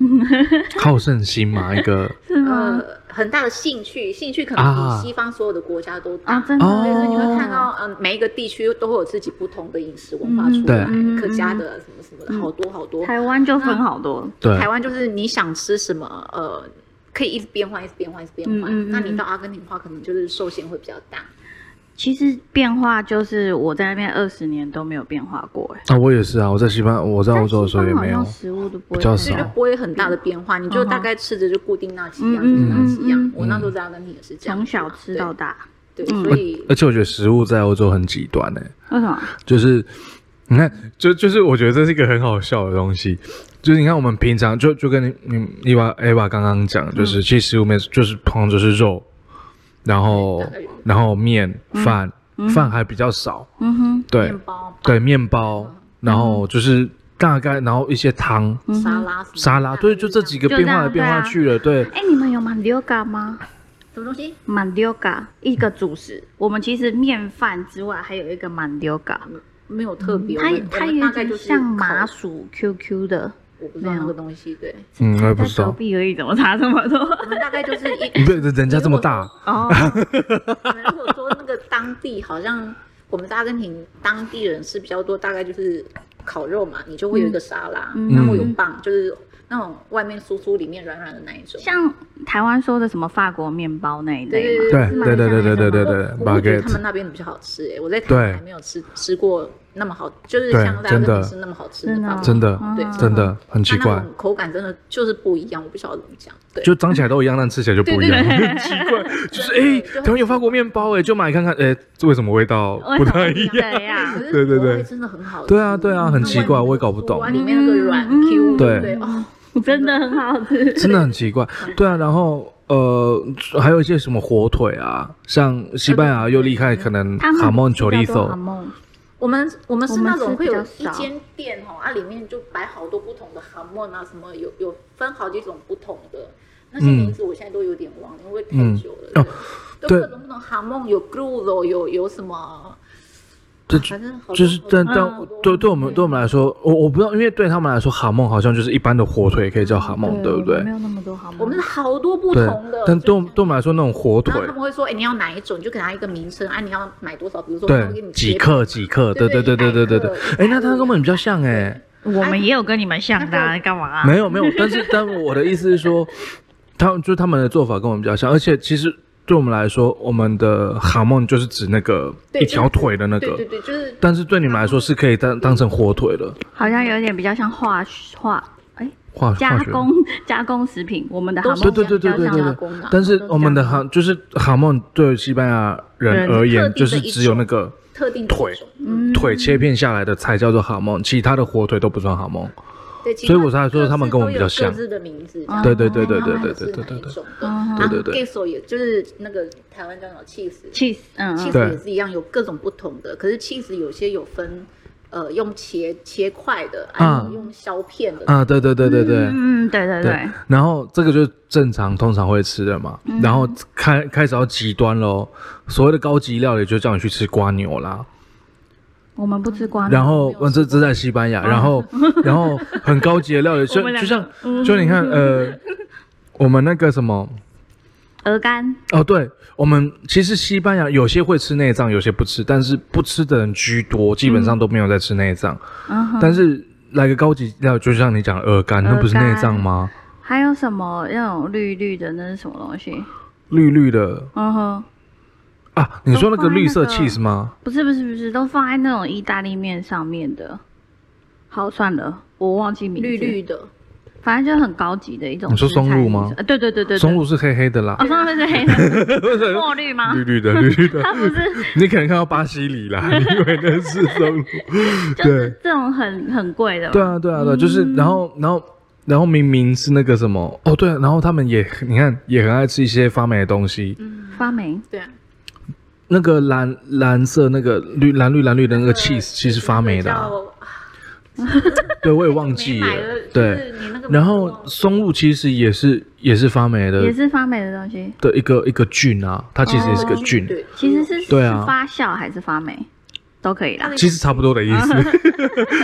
A: 好胜心嘛，一个
B: 是吗？
C: 呃很大的兴趣，兴趣可能
A: 啊
C: 比西方所有的国家都大。
B: 啊、真的，
A: 哦
C: 所以说你会
A: 哦
C: 看到，嗯、每一个地区都会有自己不同的饮食文化
B: 嗯
C: 出来，
B: 对嗯
C: 客家的什么什么的，好多好多。
B: 台湾就分好多，
A: 对
C: 台湾就是你想吃什么，呃，可以一直变换，一直变换，一直变换。
B: 嗯嗯嗯
C: 那你到阿根廷的话，可能就是受限会比较大。
B: 其实变化就是我在那边二十年都没有变化过、哎
A: 啊，我也是啊，我在西班牙，我在欧洲的时候也没
B: 但西方好
A: 有
B: 像。食物都不会
A: 比较
C: 所以
A: 少
C: 就不会很大的变化，你就大概吃着就固定那几样，就是那几
B: 哦嗯嗯嗯
C: 样
B: 嗯。
C: 我那时候在阿根廷也是这样，
B: 从小吃到大，
C: 对，
B: 嗯
C: 所以
A: 而且我觉得食物在欧洲很极端呢、
B: 为什么？
A: 就是你看，就就是我觉得这是一个很好笑的东西，就是你看我们平常就就跟你你伊娃伊娃刚刚讲，就是、其实食物面就是通常就是肉，然后
C: 对大概有
A: 然后面饭、饭还比较少，
B: 嗯哼，
A: 对
C: 面包、
A: 对面包，然后就是大概然后一些汤、
B: 嗯
C: 沙拉、
A: 沙拉，对，就这几个
B: 就
A: 变化
B: 这
A: 来
B: 样
A: 变化
B: 对啊
A: 去了，对。
B: 哎、你们有 mandioca 吗
C: 什么东西，
B: ？mandioca 一个主食，我们其实面饭之外还有一个 mandioca，
C: 没有特别。
B: 它
C: 我们
B: 它
C: 我们大
B: 有
C: 概
B: 点
C: 就是
B: 像麻
C: 口，
B: 薯 QQ 的，
C: 我不知道那个东西。对，
A: 嗯我也不知
B: 在
A: 道
B: 隔壁而已，怎么差这么多？
C: 我们大概就是一。
A: 不是，人家这么大，
B: 哦，
C: 我们如果说那个当地好像我们在阿根廷当地人吃比较多，大概就是烤肉嘛，你就会有一个沙拉，
B: 嗯
C: 然后有棒，就是。那种外面酥酥里面软软的那一 种。
B: 像台湾说的什么法国面包那一类
C: 对
B: 嘛，
A: 对
C: 是蛮
A: 对对对对
C: 像那种
A: 对对
C: 的
A: 对
C: 我我觉得
A: baguette
C: 他们那边的比较好吃哎，我在台湾
A: 对
C: 还没有吃吃过那么好，就是
A: 对
C: 像大家
A: 真的
C: 认是那么好吃
B: 真的
C: 法国
A: 真的
B: 哦
C: 对
A: 真的很奇
C: 它那
A: 怪，
C: 种口感真的就是不一样，我不晓得怎么讲。对，
A: 就长起来都一样，但吃起来就不一样，
B: 对对 对
A: 很奇怪。就是
C: 对
A: 哎，
C: 就很
A: 台湾有法国面包哎，就买看看，哎，这为什么味道
B: 为
A: 不
B: 什么
A: 太
B: 不
A: 一
B: 一
A: 样？
B: 样这样？
C: 可是
A: 对对
C: 国外
A: 对
C: 真的很好吃。
A: 对啊对啊很奇怪我也搞不懂
C: 哇，里面那个软
B: 嗯
C: Q，对不
A: 对
C: 对哦，
B: 真的很好吃。
A: 真的很奇怪。对啊，然后呃，还有一些什么火腿啊，像西班牙又厉害，可能
B: 他们
A: 哈蒙
B: 吃叫做
A: chorizo，
B: hamon
C: 我们我们是那
B: 我
C: 种
B: 们吃
C: 会
B: 比
C: 有
B: 较
C: 一
B: 少
C: 间店哦，啊，里面就摆好多不同的韩墨啊，什么有有分好几种不同的那
A: 嗯
C: 些名字，我现在都有点忘了，因为太
A: 嗯
C: 久了
A: 哦。
C: 都
A: 对
C: 各种不同韩梦，有 g r u o 有有什么，
A: 这
C: 反正好多
A: 就是
C: 好多
A: 但
C: 好
A: 但
C: 多
A: 对对我们
C: 嗯
A: 对我们来说，我我不知道，因为对他们来说，哈蒙好像就是一般的火腿可以叫哈蒙，对不
B: 我
A: 对
B: 们没？有那么多好
C: 我们是好多不
A: 对
C: 同的，，
A: 但对
C: 就
A: 我们对我们来说，那种火腿
C: 然后他，们会说，哎，你要哪一种，你就给他一个名称，啊，你要买多少，比如说他会
A: 对
C: 给你
A: 几
C: 切
A: 克几克，对
C: 对
A: 对对对对对对
C: 一百克。
A: 哎，那它跟我们比较像哎，
B: 我们也有跟你们像的啊，干嘛啊？
A: 没有没有，但是但我的意思是说，他们就是他们的做法跟我们比较像，而且其实对我们来说，我们的哈梦就是指那个
C: 对
A: 一条腿的那
C: 对
A: 个
C: 对，对，就是
A: 但是对你们来说是可以当当成火腿的
B: 好像有点比较像化化哎
A: 化
B: 加
A: 化学。
B: 工 加工食品，我们的
C: 都
B: 好
C: 是
A: 对
B: 梦
A: 对对对
C: 比
A: 对
C: 较像
A: 对
C: 加
A: 对
C: 工的啊，
A: 但是
B: 都是
A: 我们的
B: 加工
A: 哈就是哈梦对西班牙人
B: 人
A: 而言
C: 特，定
A: 就
C: 的
A: 是
C: 一
A: 只有
C: 种
A: 那个
C: 特定的
A: 腿
C: 种嗯
A: 腿切片下来的才叫做哈梦，其他的火腿都不算哈梦。
C: 对，其
A: 所以
C: 他
A: 我才说
C: 各
A: 他们
C: 自
A: 跟我
C: 都
A: 们比
C: 有
A: 较像
C: 各自的名字这
B: 哦
C: 样，
B: 对对对
A: 对
C: 然后
A: 对
C: 他们
A: 对
C: 是
A: 对对
C: 哪一
A: 对
C: 种的
B: 嗯
A: 对对对
C: g a s o 也就是那个台湾叫什么 cheese，cheese
B: cheese 嗯嗯
A: 对
C: 也是一样，有各种不同的。可是 cheese 有些有分，呃，用切切块的，还
A: 啊
C: 有用削片的。
A: 啊，对对对对对。
B: 嗯嗯对对对，嗯
A: 然后这个就是正常通常会吃的嘛，然后开开始到极端喽，所谓的高级料理就叫你去吃瓜牛啦，
B: 我们不啊吃瓜
A: 然
B: 牛，啊
A: 后呃这这在西班牙，然后然后很高级的料理，就
B: 我们两
A: 就
B: 个
A: 像
B: 嗯
A: 就你看呃，我们那个什么
B: 鹅肝
A: 哦，对我们其实西班牙有些会吃内脏，有些不吃，但是不吃的人居多，基本上都没有在吃内脏，
B: 嗯哼，
A: 但是来个高级料理，就像你讲的鹅肝，那不是
B: 鹅肝
A: 内脏吗？
B: 还有什么那种绿绿的那是什么东西？
A: 绿绿的
B: 嗯哼，
A: 啊，你说那个绿色
B: 都放在那个
A: cheese 吗？
B: 不是不是不是，都放在那种意大利面上面的。好，算了，我忘记名字。
C: 绿绿的，
B: 反正就很高级的一种
A: 你
B: 食
A: 说
B: 材。
A: 松露吗
B: 呃对对对对，对
A: 松露是黑黑的啦
B: 哦，，松露是黑的，墨绿吗？
A: 绿绿 的，绿绿的。
B: 它不是，
A: 你可能看到巴西里 啦，你以为那是松露？
B: 就是这种很很贵的嘛。
A: 对啊，对啊，对啊，就是然后然后然后明明是那个什么哦，对啊，然后他们也你看也很爱吃一些发霉的东西，
B: 发霉，
C: 对啊，
A: 那个蓝蓝色那个绿蓝绿蓝绿的那个
C: 呃
A: cheese 其实发霉的啊，对我也忘记
C: 了
A: 了，，
C: 就
A: 对。
C: 是你那个
A: 然
C: 没
A: 后
C: 有
A: 松露其实也是也是发霉
B: 也
A: 的
B: 是发霉的东西。
A: 的一个一个菌啊，它其实也是个菌，
C: 对，
B: 其实是
A: 对啊
B: 是发酵还是发霉，都可以啦。
A: 其实差不多的意 思，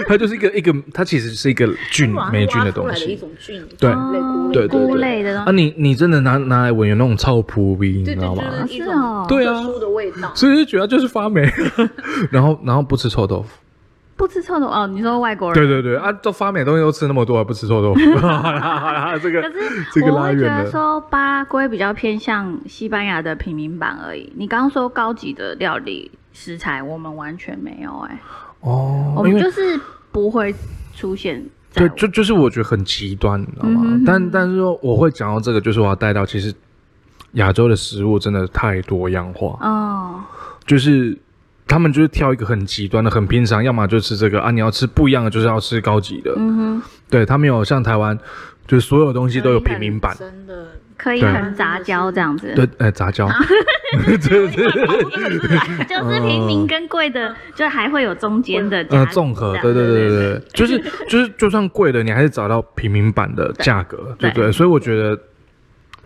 A: 它就是一个一个，它其实是一个菌嗯霉菌的东
C: 挖出来的
A: 西。
C: 一种菌，
A: 对
C: 类菇
A: 对对对
B: 哦菇类的
A: 啊
B: 东西，
A: 你，你真的拿拿来闻，有那种臭扑鼻，你
C: 对
A: 知道
C: 对，
A: 吗
C: 就？是一
B: 是哦
C: 种
A: 对啊
C: 特殊的味道。
A: 所以就觉得就是发 霉，然后然后不吃臭豆腐。
B: 不吃臭豆腐哦。你说外国人
A: 对对对啊，都发霉的东西都吃那么多，还不吃臭豆 腐？好啦好啦，这个
B: 可
A: 这
B: 是
A: 个
B: 我
A: 拉
B: 会觉
A: 远
B: 得
A: 了。
B: 说，巴拉圭比较偏向西班牙的平民版而已。你刚刚说高级的料理食材，我们完全没有哎、我
A: 哦，因
B: 们
A: 为
B: 就是不会出现在
A: 对
B: 我。，
A: 就就是我觉得很极端，你知道吗？
B: 嗯哼
A: 但但是说我会讲到这个，就是我要带到，其实亚洲的食物真的太多样化。
B: 哦，
A: 就是他们就是挑一个很极端的、很平常，要么就吃这个啊，你要吃不一样的，就是要吃高级的。
B: 嗯哼，
A: 对他没有像台湾，就是所有东西都有平民版。
C: 真 的，
B: 可以
A: 对
B: 很杂交这样子，
A: 对，呃，杂交，
B: 就是平民跟贵的，就还会有中间的
A: 呃，
B: 夹子
A: 综合，
B: 这样
A: 对对对对对，就是就是，就算贵的，你还是找到平民版的价格，对
B: 对
A: 不对？所以我觉得，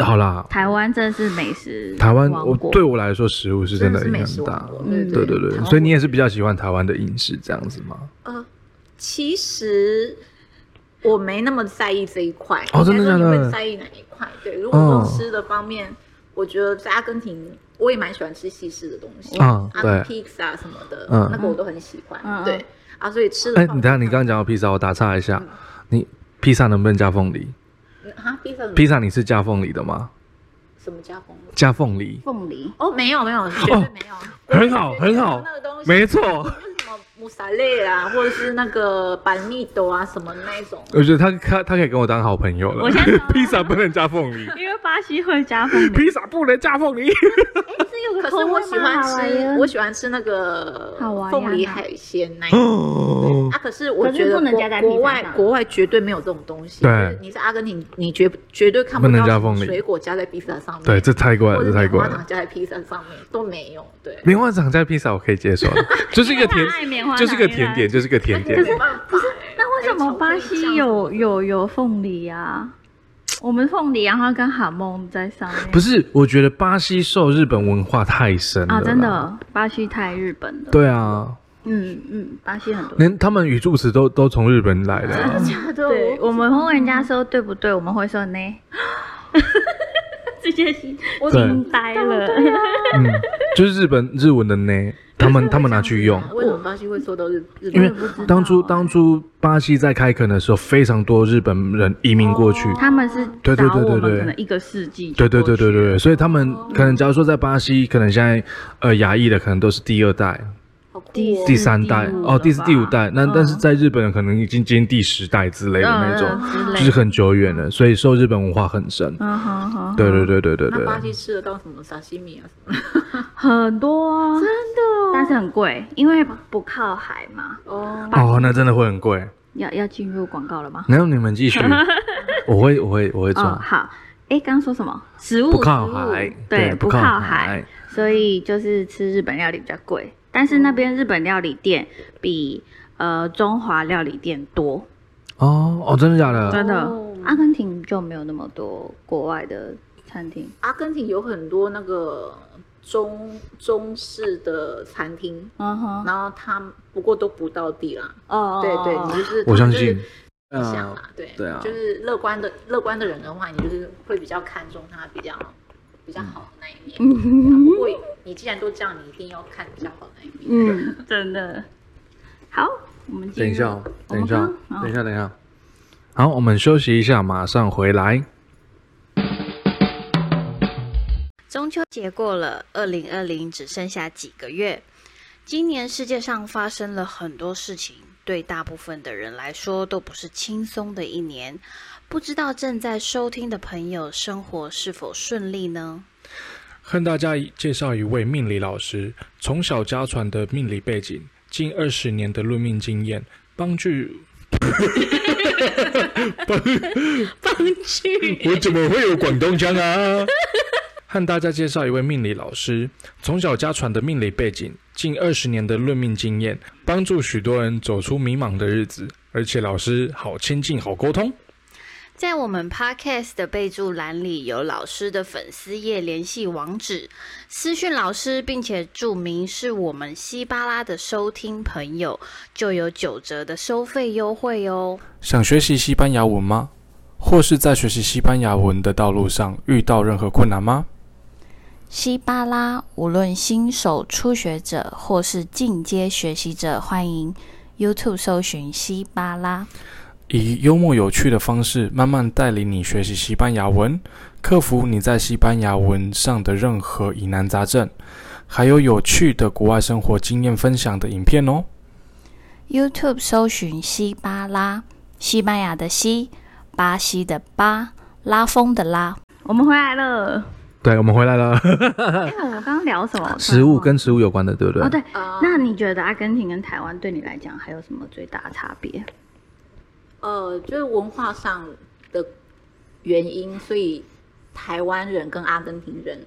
A: 好啦，
B: 台湾真是美食
A: 台湾
B: 王
A: 我
B: 国
A: 对我来说，食物是真的
C: 是
A: 影
C: 美
A: 响
C: 食
A: 很大
C: 王。国，
B: 嗯
A: 对对
C: 台
A: 对，
C: 湾
A: 所以你也是比较喜欢台湾的饮食这样子吗？
C: 呃，其实我没那么在意这一块。
A: 哦真的
C: 应该
A: 假
C: 说
A: 的
C: 你会在意哪一块？对，如果说
A: 哦
C: 吃的方面，我觉得在阿根廷，我也蛮喜欢吃西式的东西，
A: 啊
C: 阿
A: 对
C: 根披萨什么的，
A: 嗯
C: 那个我都很喜欢。
B: 嗯嗯
C: 对啊，所以吃的
A: 哎，
C: 方
A: 你
C: 面
A: 等一下，你刚刚讲到披萨，我打岔一下，你披萨能不能加凤梨？
C: 啊，披萨
A: 披萨你是加凤梨的吗？
C: 什么加工？
A: 加凤梨，
B: 凤梨
C: 哦，没有没有，绝对没有。
A: 很好，很
C: 我
A: 好
C: 觉得那个东，西
A: 没错。
C: 就是什么穆萨类啊，或者是那个板栗豆啊什么那一种。
A: 我觉得他他他可以跟我当好朋友了
B: 我先走了。
A: 披萨不能加凤梨，
B: 因为巴西会加凤梨，
A: 披萨不能加凤梨。
B: 哎，这有
C: 可
B: 个
C: 是
B: 口
C: 我
B: 味
C: 喜欢
B: 吗好玩呀
C: 吃，我喜欢吃那个
B: 好玩呀
C: 凤梨海鲜那一种。
A: 哦
C: 啊，可是我
B: 可是
C: 觉得
B: 不能
C: 国
B: 加在披
C: 国
B: 萨
C: 外
B: 上
C: 国外绝对没有这种东西。
A: 对
C: 就是你是阿根廷，你绝绝对看
A: 不能
C: 到
A: 加
C: 什么
A: 凤梨
C: 水果加在披萨上面。
A: 对，这太怪
C: 或
A: 了，
C: 者
A: 这
C: 是
A: 太
C: 棉
A: 怪
C: 花
A: 了
C: 糖。加在披萨上面都没有。对，
A: 棉花糖加披萨我可以接受，就是一个
B: 因为他爱棉
A: 甜，
B: 花糖
A: 就是个甜点，就是个甜点
C: 可。是不是，
B: 那为什么巴西有有有凤梨啊？我们凤梨，然后跟哈梦在上面，
A: 不
B: 是
A: 是，我觉得巴西受日本文化太深了
B: 啊，
A: 啦
B: 真。的，巴西太日本的，，
A: 对啊，
B: 嗯嗯，巴西很多。
A: 连他们语助词都都从日本来的啊。
C: 假的？
B: 对，我们嗯会问人家说对不对，我们会说呢， 直接心
C: 我
A: 对
B: 惊呆了。
A: 嗯，就是日本日文的呢，他们他们拿去用。
C: 为什么巴西会受到日日
A: 因为
C: 本？
A: 当初
B: 欸
A: 当初巴西在开垦的时候，非常多日本人移民过去。
B: 他们是
A: 哦对对
B: 早
A: 对对
B: 我们
A: 对
B: 可能一个世纪就
A: 对对对
B: 过去
A: 对对，对所以他们
C: 哦
A: 可能，假如说在巴西，可能现在呃亚裔的可能都是第二代、
C: 好酷
B: 第
C: 哦
A: 第三代
B: 第五
A: 哦，第四
B: 了吧
A: 第五代。那
B: 嗯
A: 但是在日本可能已经接近第十代之类的那种，
B: 嗯嗯之类
A: 就是很久远了，所以受日本文化很深。
B: 嗯哼哼，
A: 对对对对对
C: 那
A: 对，
C: 巴西吃得到什么沙西米啊？什么
B: 很多啊，真的，但是很贵，因为不靠海嘛。
C: 哦，
A: 哦，那真的会很贵。
B: 要要进入广告了吗？
A: 然后你们继续，我会我会我会
B: 哦，
A: 抓。
B: 好，哎，刚刚说什么？食物
A: 不靠
B: 食物
A: 海，
B: 对，
A: 不
B: 不
A: 靠
B: 靠
A: 海
B: 海，，所以就是吃日本料理比较贵，但是那边日本料理店比呃中华料理店多，
A: 哦哦，真的假的？
B: 真的
C: 哦，
B: 阿根廷就没有那么多国外的餐厅，
C: 阿根廷有很多那个中中式的餐厅，
B: 嗯哼，
C: 然后他们不过都不到地啦。
B: 哦，
C: 对对，你就是
A: 我相信。。
C: 他们就是想
A: 嗯，
C: 啊，对
A: 对啊
C: 就是乐观的乐观的人的话，你就是会比较看重他比较比较好的那一面。
B: 嗯
C: 不过你既然都这样，你一定要看比较好的那一 面。
B: 嗯，真的，好，我们进
A: 等
B: 入
A: 一下哦，
B: 我
A: 等
B: 们
A: 一下
B: 刚，刚
A: 等一下，等一下。好，我们休息一下，马上回来。
D: 中秋节过了，二零二零只剩下几个月。今年世界上发生了很多事情，对大部分的人来说都不是轻松的一年。不知道正在收听的朋友，生活是否顺利呢？
A: 和大家介绍一位命理老师，从小家传的命理背景，近二十年的论命经验，帮 助。帮帮助我怎么会有广东腔啊？和大家介绍一位命理老师，从小家传的命理背景，近二十年的论命经验，帮助许多人走出迷茫的日子。而且老师好亲近，好沟通。
D: 在我们 Podcast 的备注栏里有老师的粉丝页联系网址，私讯老师，并且注明是我们西巴拉的收听朋友，就有九折的收费优惠哦。
A: 想学习西班牙文吗？或是在学习西班牙文的道路上遇到任何困难吗？
D: 西巴拉，无论新手、初学者或是进阶学习者，欢迎 YouTube 搜寻西巴拉。
A: 以幽默有趣的方式，慢慢带领你学习西班牙文，克服你在西班牙文上的任何疑难杂症，还有有趣的国外生活经验分享的影片哦。
D: YouTube 搜寻西巴拉，西班牙的西，巴西的巴，拉风的拉。
B: 我们回来了。
A: 对，我们回来 了，
B: 哎，我们刚刚聊什么？
A: 呃食物跟食物有关的，对不对？
B: 哦对，
C: 啊
B: 那你觉得阿根廷跟台湾对你来讲还有什么最大的差别？
C: 呃，就是文化上的原因，所以台湾人跟阿根廷人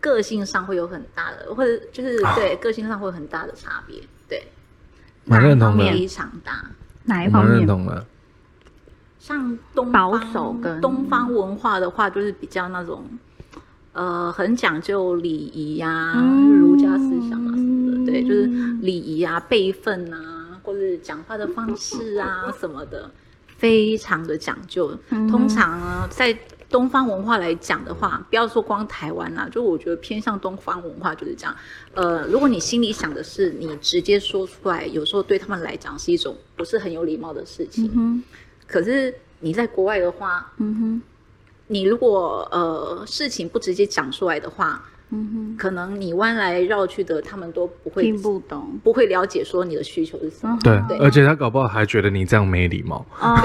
C: 个性上会有很大的，或者就是
A: 啊
C: 对个性上会有很大的差别，对，
A: 蛮认同的
B: 哪一方，面
C: 非常大。
B: 哪一
A: 我
B: 方
A: 们认
B: 面？
A: 同了。
C: 像东
B: 保
C: 方
B: 守跟
C: 东方文化的话，就是比较那种呃很讲究礼仪呀、
B: 嗯
C: 儒家思想啊什么的，对，就是
B: 嗯
C: 礼仪啊、辈分啊，或者讲话的方式啊什么的，非常的讲究。
B: 嗯
C: 通常呢，在东方文化来讲的话，不要说光台湾啦、就我觉得偏向东方文化就是这样。呃，如果你心里想的是你直接说出来，有时候对他们来讲是一种不是很有礼貌的事情。
B: 嗯哼，
C: 可是你在国外的话，
B: 嗯哼，
C: 你如果呃事情不直接讲出来的话，
B: 嗯
C: 可能你弯来绕去的，他们都不
B: 哼，
C: 会
B: 听不懂。
C: 不会了解说你的需求是什么。
A: 对
B: 嗯，
A: 而且他搞不好还觉得你这样没礼貌，
B: 哦，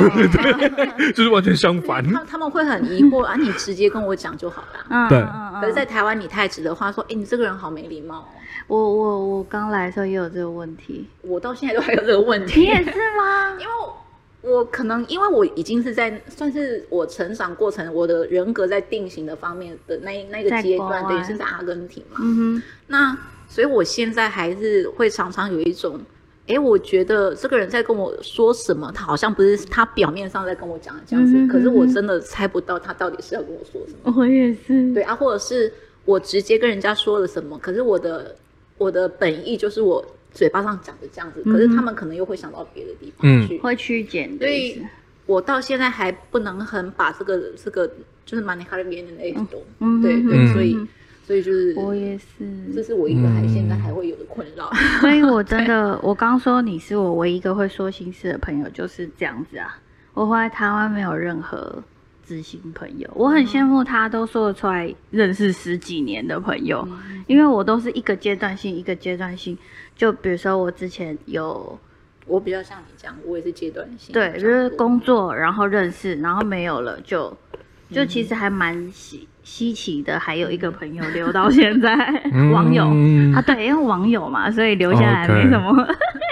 A: 就是完全相反。
C: 他他们会很疑惑啊，你直接跟我讲就好了。
B: 嗯
A: 对
B: 嗯嗯
C: 可是，在台湾，你太直的话说，哎、你这个人好没礼貌、哦。
B: 我我我刚来的时候也有这个问题。
C: 我到现在都还有这个问
B: 你
C: 题，
B: 也是吗？
C: 因为我可能因为我已经是在算是我成长过程，我的人格在定型的方面的那那
B: 在
C: 个阶
B: 国
C: 段，等于
B: 外
C: 是在阿根廷嘛。
B: 嗯哼，
C: 那所以我现在还是会常常有一种，哎，我觉得这个人在跟我说什么，他好像不是他表面上在跟我讲的这样子，
B: 嗯哼
C: 可是
B: 嗯
C: 我
B: 哼
C: 真的猜不到他到底是要跟我说什么。
B: 我也是。
C: 对，啊，或者是我直接跟人家说了什么，可是我的我的本意就是我嘴巴上讲的这样子，可是
B: 嗯
C: 他
B: 哼
C: 们可能又会想到别的地
A: 嗯
C: 方去。
B: 会曲解
C: 所
B: 的意
C: 以
B: 思。
C: 我到现在还不能很把这个这个就是 m a n e j a r bien el esto，、
B: 嗯
C: 对
B: 哼
C: 对，
A: 嗯
C: 所以、
B: 嗯
C: 所以就是
B: 我也
C: 这
B: 是，嗯
C: 是我一个还、现在
A: 嗯
C: 还会有的困扰。
B: 所以我真的，我刚说你是我唯一一个会说心事的朋友，就是这样子啊。我回来台湾没有任何知心朋友，我很羡慕他都说得出来认识十几年的朋友，因为我都是一个阶段性一个阶段性。就比如说我之前有
C: 我比较像你这样，我也是阶段性。
B: 对，就是工作，然后认识，然后没有了，就就其实还蛮稀稀奇的。还有一个朋友留到现在，
A: 嗯哦
B: 网友啊，对，因为网友嘛，所以留下来
A: OK
B: 没什么。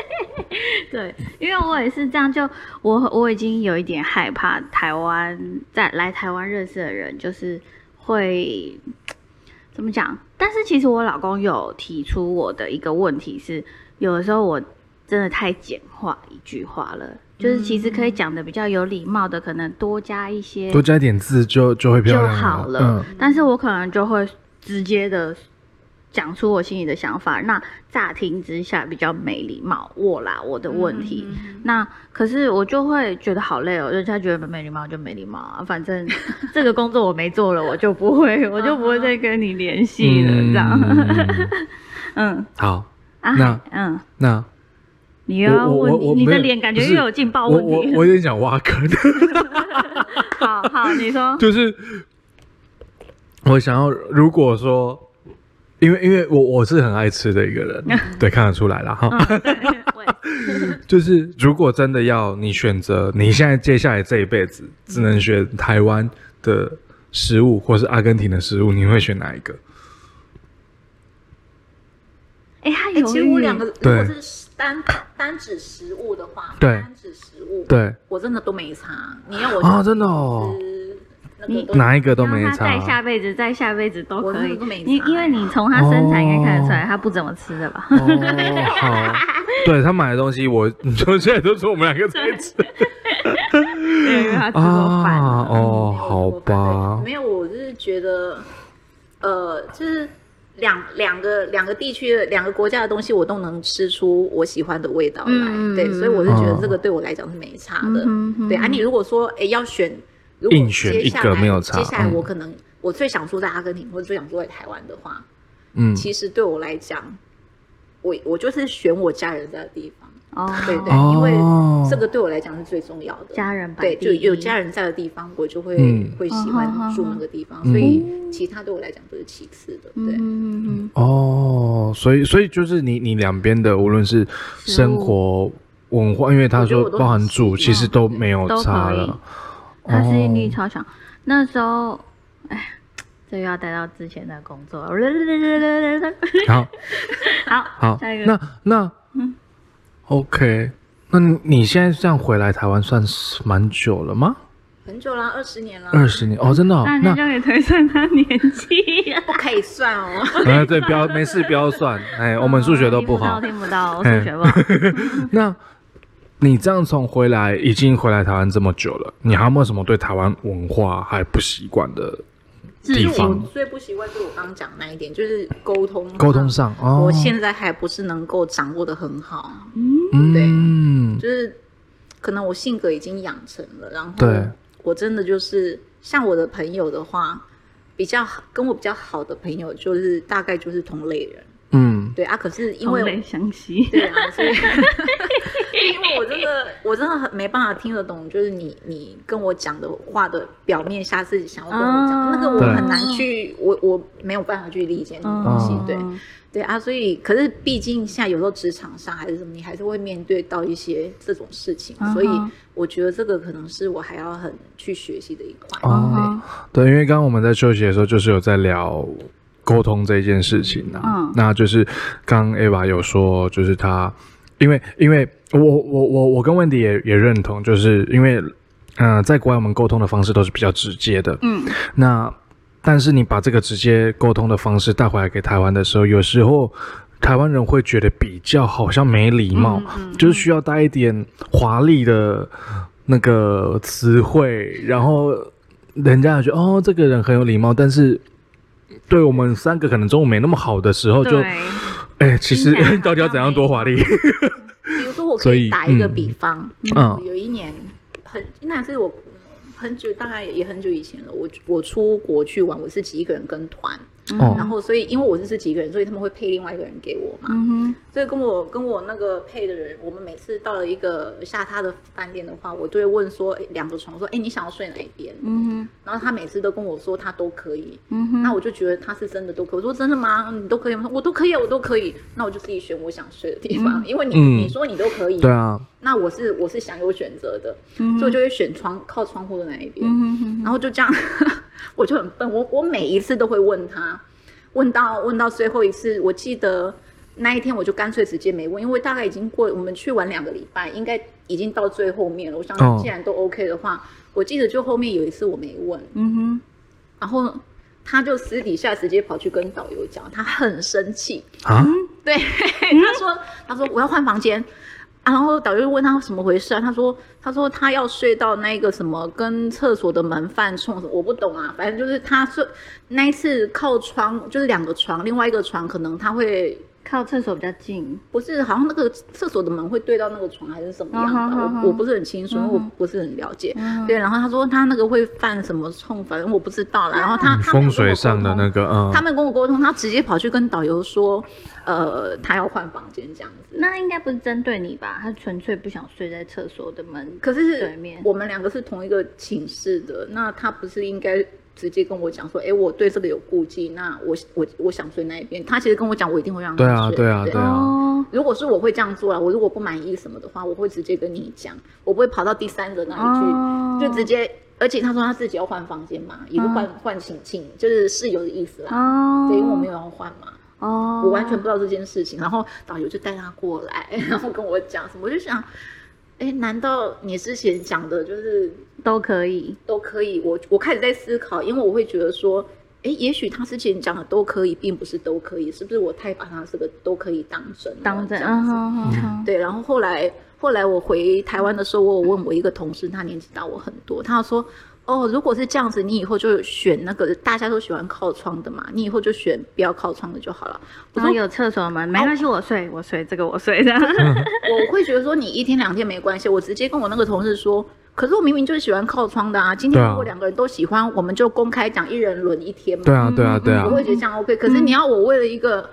B: 对，因为我也是这样，就我我已经有一点害怕台湾在来台湾认识的人，就是会怎么讲？但是其实我老公有提出我的一个问题是，有的时候我真的太简化一句话了，就是其实可以讲的比较有礼貌的，可能多加一些
A: 嗯多加一点字就就会漂
B: 就
A: 亮嗯
B: 好了。但是我可能就会直接的讲出我心里的想法，那乍听之下比较没礼貌，我啦我的问
C: 嗯
B: 题。那可是我就会觉得好累哦，人家觉得没礼貌就没礼貌啊，反正这个工作我没做了，我就不会， 我就不会再跟你联系了，这样。
A: 嗯
B: 嗯
A: 好，
B: 啊
A: 那
B: 嗯，
A: 那
B: 你又要
A: 我我
B: 问
A: 我
B: 你你
A: 没
B: 的
A: 有
B: 脸感觉
A: 不
B: 又
A: 是
B: 有劲爆
A: 我
B: 问
A: 我
B: 题。
A: 我有点想挖坑，。
B: 好好，你说
A: 就是我想要，如果说，因为因为我我是很爱吃的一个 人，对，看得出来了哈。
B: 嗯，对我也嗯
A: 就是如果真的要你选择，你现在接下来这一辈子只
B: 嗯
A: 能选台湾的食物或是阿根廷的食物，你会选哪一个？
B: 哎，他
C: 哎、
B: 有
C: 其实我两个，如
A: 对
C: 果是单单指食物的话，
A: 对
C: 单指食物，
A: 对
C: 我真的都没差。你要我
A: 啊，
C: 想
A: 真的哦，
C: 吃那
B: 你
C: 个都
A: 哪一个都
B: 让
A: 没
B: 他在下
A: 差。啊
B: 辈子，在下辈子都
C: 我
B: 可
C: 那
B: 以
C: 个都没。
B: 你
C: 差
B: 因为你从他身材应该看得出来，他不怎么吃的吧？
A: 哦，好，对他买的东西，我 你说现在都是我们两个在吃
B: 对，因为他吃过饭。
A: 啊，哦，
C: 没有
A: 好
C: 我
A: 吧
C: 对，没有，我就是觉得，呃，就是两两个两个地区的两个国家的东西，我都能吃出我喜欢的味道来。
B: 嗯
C: 对，所以我是觉得
A: 哦
C: 这个对我来讲是没差的。
B: 嗯哼哼
C: 对啊，你如果说哎要选，如果
A: 硬选
C: 接
A: 一
C: 下
A: 个
C: 来
A: 没有差
C: 接下来
A: 嗯
C: 我可能、我最想住在阿根廷，或者最想住在台湾的话，
A: 嗯，
C: 其实对我来讲，我我就是选我家人在的地方。
B: 哦，
C: 对对，
A: 哦
C: 因为这个对我来讲是最重要的。
B: 家人
C: 对，就有家
B: 人。
C: 人在的地方，我就会、
A: 嗯
C: 会喜欢住那个地方，
A: 嗯
C: 所以其他对我来讲都是其次的。
B: 嗯
C: 对，
B: 嗯嗯
A: 哦，所以所以就是你你两边的无论是生活文化，因为他
C: 我觉得
A: 说
C: 我都
A: 包含
C: 很
A: 住，
C: 习
A: 其实
C: 惯
A: 都没有
B: 都
A: 差
B: 可以
A: 了。
B: 嗯，他适应力
A: 哦
B: 超强。那时候，哎，这又要带到之前的工作。
A: 好
B: 好，
A: 好，
B: 下一个
A: 那那
B: 嗯
A: o k 那你你现在这样回来台湾算是蛮久了吗？
C: 很久啦，二十年啦，
A: 二十年哦，真的、哦
B: 那？你
A: 那
B: 就可以推算他年纪了。
C: 不可以 算哦。
A: 呃，对，不要没事，不要算。哎，我们 数学都不好。嗯
B: 听不到，听不到，我数学不好。
A: 那你这样从回来已经回来台湾这么久了，你还有没有什么对台湾文化还不习惯的地
C: 就是我
A: 方？
C: 最不习惯就是我刚刚讲的那一点，就是沟通
A: 沟通。上哦，
C: 我现在还不是能够掌握的很好，
A: 嗯，
C: 就是可能我性格已经养成了，然后
A: 对
C: 我真的就是像我的朋友的话，比较好跟我比较好的朋友就是大概就是同类人，
A: 嗯，
C: 对啊，可是因
B: 同
C: 为
B: 类相吸。
C: 对啊，所以因为我真的我真的很没办法听得懂，就是你你跟我讲的话的表面下是想要跟我
B: 嗯
C: 讲、那个，我很难去，我我没有办法去理解那个东西，
A: 嗯
C: 对。对啊，所以可是毕竟现在有时候职场上还是什么，你还是会面对到一些这种事情，
B: 嗯哼
C: 所以我觉得这个可能是我还要很去学习的一块。
A: 哦，对，因为刚刚我们在休息的时候，就是有在聊沟通这件事情啊。
B: 嗯
A: 那就是刚刚 Ava 有说，就是她，因为因为我我我我跟 Wendy 也也认同，就是因为嗯、呃在国外我们沟通的方式都是比较直接的。
B: 嗯，
A: 那但是你把这个直接沟通的方式带回来给台湾的时候，有时候台湾人会觉得比较好像没礼貌，
B: 嗯
A: 就是需要带一点华丽的那个词汇，然后人家就觉得哦这个人很有礼貌，但是。对我们三个可能中午没那么好的时候就，
B: 对，
A: 哎，其实
B: 听起来好 像
A: 到底要怎样多华丽？
C: 比如说，我
A: 所
C: 可
A: 以
C: 以打一个
A: 嗯
C: 比方，
B: 啊
A: 嗯
C: 有一年很那是我很久，大概也很久以前了。我我出国去玩，我自己一个人跟团，然
A: 哦，
C: 后所以因为我是自己一个人，所以他们会配另外一个人给我嘛。
B: 嗯哼，
C: 所以跟我跟我那个配的人，我们每次到了一个下榻的饭店的话，我都会问说诶两个床，说哎你想要睡哪一边？
B: 嗯哼，
C: 然后他每次都跟我说他都可以，
B: 嗯哼，
C: 那我就觉得他是真的都可以。我说真的吗？嗯你都可以吗？我都可以啊，我都可以。那我就自己选我想睡的地方，因为你、
A: 嗯
C: 你说你都可以，
A: 对啊，
C: 那我是我是享有选择的，
B: 嗯哼
C: 所以我就会选窗靠窗户的那一边。
B: 嗯哼哼哼，
C: 然后就这样， 我就很笨，我我每一次都会问他，问到问到最后一次，我记得那一天我就干脆直接没问，因为大概已经过我们去玩两个礼拜，应该已经到最后面了。我想
A: 哦
C: 既然都 OK 的话，我记得就后面有一次我没问，
B: 嗯哼，
C: 然后他就私底下直接跑去跟导游讲，他很生气，
A: 啊，
B: 嗯
C: 对， 他说他说我要换房间。啊然后导游就问他什么回事啊？他说他说他要睡到那个什么跟厕所的门饭冲什么，我不懂啊。反正就是他睡那一次靠窗，就是两个床，另外一个床可能他会
B: 靠厕所比较近，
C: 不是好像那个厕所的门会对到那个床还是什么
B: 嗯
C: 样
B: 哼
C: 的，
B: 嗯哼嗯
C: 我我不是很清楚，因为我不是很了解。对，然后他说他那个会犯什么冲，反正我不知道啦。然后他
A: 嗯
C: 他没
A: 风
C: 有跟我
A: 水上的
C: 沟通
A: 那个，嗯
C: 他，们跟我沟通，他直接跑去跟导游说，呃，他要换房间这样子。
B: 那应该不是针对你吧？他纯粹不想睡在厕所的门，
C: 可
B: 对
C: 是
B: 面
C: 我们两个是同一个寝室的，那他不是应该直接跟我讲说，哎、我对这个有顾忌，那我我我想睡那一边。他其实跟我讲，我一定会让他
A: 对啊
C: 睡
A: 对啊对啊
B: 哦，
C: 如果是我会这样做啊，我如果不满意什么的话，我会直接跟你讲，我不会跑到第三者那里去，
B: 哦
C: 就直接。而且他说他自己要换房间
A: 嗯
C: 嘛，也是换、换寝寝，就是室友的意思啦。
B: 哦，
C: 对，因为我没有要换嘛。
B: 哦，
C: 我完全不知道这件事情。然后导游就带他过来，然后跟我讲什么，我就想，哎，难道你之前讲的就是
B: 都可以，
C: 都可以？我我开始在思考，因为我会觉得说，哎，也许他之前讲的都可以，并不是都可以，是不是我太把他这个都可以当真了
B: 当真，
C: 这样
B: 嗯
C: 子？
B: 哼哼哼，
C: 对，然后后来后来我回台湾的时候，我有问我一个同事，他年纪大我很多，他说。哦，如果是这样子，你以后就选那个大家都喜欢靠窗的嘛，你以后就选不要靠窗的就好了。我
B: 然
C: 说
B: 后有厕所门，没关系，我睡，我睡这个我睡的，
C: 我会觉得说你一天两天没关系，我直接跟我那个同事说，可是我明明就是喜欢靠窗的啊。今天
A: 对啊
C: 如果两个人都喜欢，我们就公开讲，一人轮一天嘛。
A: 对啊，对啊，对啊
C: 我，会觉得这样 OK。可是
B: 嗯
C: 你要我为了一个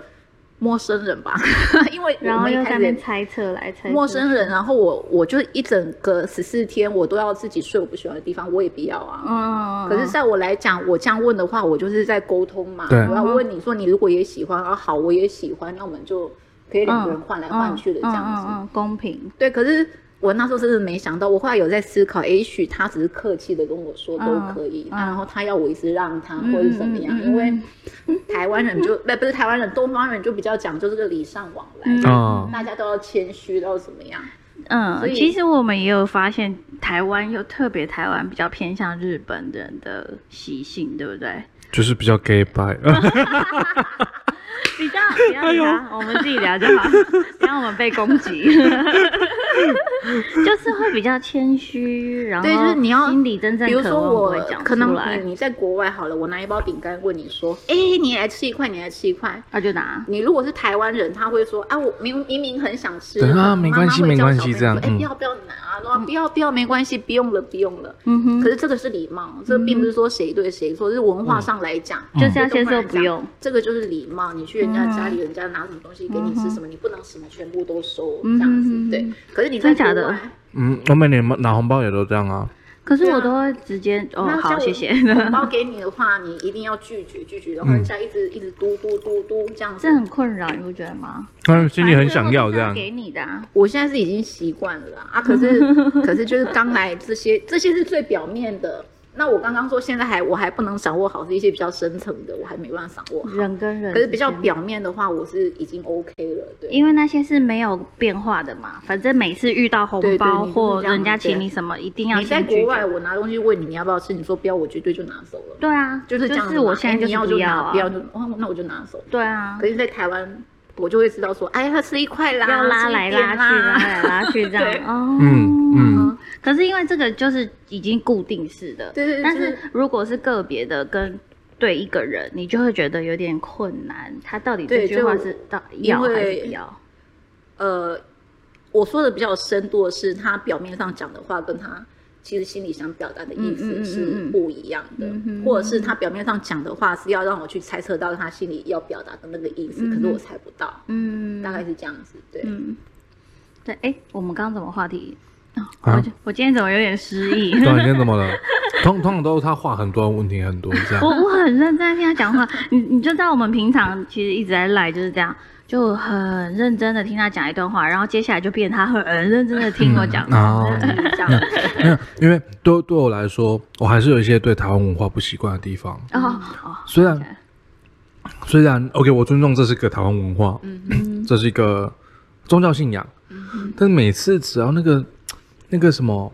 C: 陌生人吧， 因为
B: 然
C: 我
B: 后
C: 们一
B: 又在
C: 开
B: 那
C: 始也
B: 边猜测来猜测去，
C: 陌生人，然后我我就一整个十四天我都要自己睡我不喜欢的地方，我也不要啊。
B: 嗯，嗯，嗯
C: 可是，在我来讲，我这样问的话，我就是在沟通嘛。
A: 对
C: 我要问你说，你如果也喜欢，啊好，我也喜欢，那我们就可以两个人换来换去的这样子。
B: 嗯嗯嗯嗯嗯公平，
C: 对，可是我那时候真的没想到，我后来有在思考，也许他只是客气的跟我说都
B: 嗯
C: 可以，
B: 嗯
C: 然后他要我一直让他、
B: 嗯
C: 或者是怎么样，
B: 嗯嗯
C: 因为台湾人就不不是台湾人，东方人就比较讲究这个礼尚往来，
B: 嗯
A: 哦
C: 大家都要谦虚，都要怎么样？所
B: 嗯，
C: 以
B: 其实我们也有发现，台湾又特别台湾比较偏向日本人的习性，对不对？
A: 就是比较 gay 白， 嗯
B: 比较比
A: 哎
B: 较聊，啊我们自己聊就 好，不要我们被攻击。就是会比较谦虚，然后
C: 对就是你要
B: 心里真正
C: 比如
B: 渴
C: 说
B: 望不
C: 我
B: 会讲
C: 可
B: 出
C: 能
B: 来
C: 你，你在国外好了，我拿一包饼干问你说，哎，你来吃一块，你来吃一块。
B: 他啊就拿。
C: 你如果是台湾人，他会说啊，我明明明很想吃，
A: 对啊
C: 可能
A: 没关系
C: 妈妈会
A: 没
C: 叫
A: 关
C: 小
A: 系
C: 朋友
A: 这样
C: 说哎、
A: 嗯
C: 不要不要拿啊，啊，不要不要，没关系，不用了不用了。
B: 嗯哼
C: 可，是这个是礼貌，这并不是说谁对谁错，是文化上来讲，
B: 就
C: 就是
B: 要先说不
A: 嗯
B: 用。
C: 这个就是礼貌。你去人家家里，人家拿什么东西给你吃什么，你不能什么全部都收这样
B: 嗯
C: 子
B: 哼，
C: 对
B: 嗯。
C: 可是你在
B: 真假的
C: 国外，
A: 嗯，我每年拿红包也都这样啊。
B: 可是
C: 对啊
B: 我都会直接哦，
C: 那
B: 好，
C: 像
B: 谢
C: 我
B: 谢。
C: 红包给你的话，你一定要拒绝拒绝，然后人家一直一直嘟嘟嘟嘟嗯这样子
B: 这。很困扰，你不觉得吗？
A: 嗯，心里很
B: 反正
A: 想
B: 最后
A: 要
B: 都是
A: 这样。
B: 给你的啊。
C: 我现在是已经习惯了啦 啊，可是可是就是刚来这些，这些是最表面的。那我刚刚说现在还我还不能掌握好，是一些比较深层的，我还没办法掌握好。
B: 人跟人，
C: 可是比较，表面的话，我是已经 OK 了，对。
B: 因为那些是没有变化的嘛。反正每次遇到红
C: 对对
B: 包
C: 你就是
B: 或
C: 这样
B: 人家
C: 子对
B: 请你什么，一定要
C: 你在
B: 先拒
C: 国
B: 绝
C: 外，我拿东西问你你要不要吃，你说不要，我绝对就拿走了。
B: 对啊，
C: 就是这样子嘛。
B: 我现在
C: 哎你
B: 是
C: 要
B: 不
C: 就
B: 要
C: 拿，
B: 啊，
C: 不要就哦，那我就拿走。
B: 对啊
C: 可，是，在台湾，我就会知道说，哎，他吃一块啦，
B: 要拉
C: 吃一
B: 来
C: 点
B: 拉去，拉来拉去这
C: 对
B: 样。哦，
A: 嗯嗯。
B: 可是因为这个就是已经固定式的，
C: 对对对
B: 但
C: 就是
B: 是如果是个别的跟对一个人，你就会觉得有点困难。他到底这
C: 对
B: 句
C: 就
B: 话是到
C: 因
B: 要还是
C: 为
B: 不要？
C: 呃，我说的比较有深度的是，他表面上讲的话跟他其实心里想表达的意
B: 嗯嗯嗯嗯
C: 思是
B: 嗯
C: 不一样的，
B: 嗯哼
C: 或者是他表面上讲的话是要让我去猜测到他心里要表达的那个意思，可是我猜不到，
B: 嗯，
C: 大概是这样子。对，
B: 嗯，对，哎，我们刚刚怎么话题？哦
A: 啊
B: 我我今天怎么有点失忆？
A: 对啊，你今天怎么了？ 嗯通通常都是他话很多，问题很多这样
B: 我。我很认真在听他讲话，你你就知道我们平常其实一直在赖就是这样，就很认真的听他讲一段话，然后接下来就变他很认真的听我讲
A: 嗯
B: 话，
A: 哦
B: 就是这样。
A: 没有，因为对对我来说，我还是有一些对台湾文化不习惯的地方。
B: 哦哦，
A: 虽然虽然 OK，我尊重这是个台湾文化，
B: 嗯
A: 这是一个宗教信仰，但每次只要那个那个什么。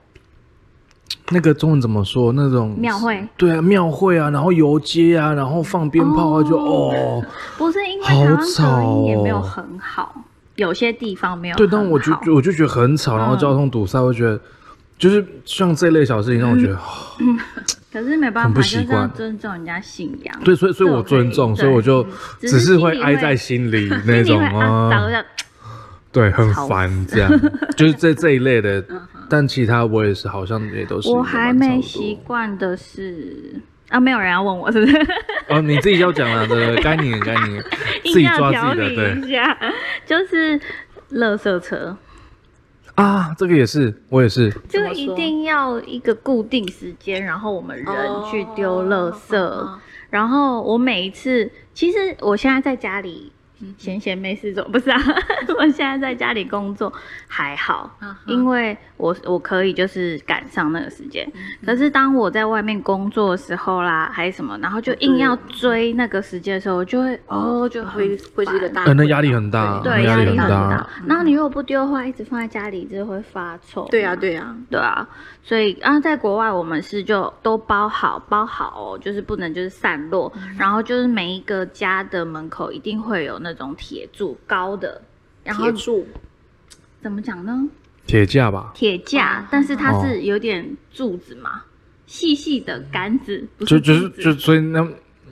A: 那个中文怎么说？那种
B: 庙会
A: 对啊，庙会啊，然后游街啊，然后放鞭炮啊，就哦，
B: 不是因为
A: 好
B: 台湾隔
A: 吵
B: 音也没有
A: 哦
B: 很好，有些地方没有
A: 对，
B: 很
A: 但我就
B: 好
A: 我就觉得很吵，然后
B: 嗯
A: 交通堵塞，我觉得就是像这类小事情让我觉得， 哦
B: 可是没办
A: 很
B: 法，
A: 不
B: 就是
A: 习
B: 要
A: 惯
B: 尊重人家信仰。
A: 对，所以所以
B: 这
A: 我
B: 我可以
A: 尊重，
B: 对
A: 所以我就
B: 只
A: 只
B: 是
A: 是
B: 心
A: 会
B: 里
A: 挨
B: 会
A: 在心里那
B: 心里
A: 种
B: 会啊，打个
A: 啊，
B: 架
A: 对，很
B: 吵嗯
A: 烦这样，就是这这一类 的。但其他我也是，好像也都是
B: 我
A: 蛮
B: 还
A: 差
B: 没
A: 不
B: 习
A: 多
B: 惯的是啊，没有人要问我是不是？
A: 哦，你自己要讲了，对对，对该你该 你
B: 硬
A: 自己
B: 要
A: 抓
B: 调
A: 自己的，对
B: 理一下，就是垃圾车，
A: 啊，这个也是，我也是，
B: 就
C: 怎么
B: 一
C: 说
B: 定要一个固定时间，然后我们人去丢垃圾。
C: 哦
B: 然后我每一次，其实我现在在家里
C: 嗯
B: 闲闲没事做，不是啊， 我现在在家里工作还好，
C: 啊哈
B: 因为我我可以就是赶上那个时间。
C: 嗯
B: 可是当我在外面工作的时候啦，还是什么，然后就
C: 哦
B: 硬
C: 嗯
B: 要追那个时间的时候，我就会哦就
C: 会
B: 很
C: 会是一个
B: 烦
C: 大
A: 嗯，那压力很大，
B: 对
A: 压
B: 压
A: 力
B: 力很
A: 大嗯
B: 大，。然后你如果不丢的话，一直放在家里就会发臭。
C: 对啊，对啊，
B: 对啊，所以啊，在国外我们是就都包好包好哦，就是不能就是散落，
C: 嗯
B: 然后就是每一个家的门口一定会有那种铁柱高的，然后
C: 铁柱
B: 怎么讲呢？
A: 铁架吧，
B: 铁架，
C: 哦
B: 但是它
A: 哦
B: 是有点柱子嘛，细细的杆子，不
A: 就是就是
B: 柱子
A: 就所以那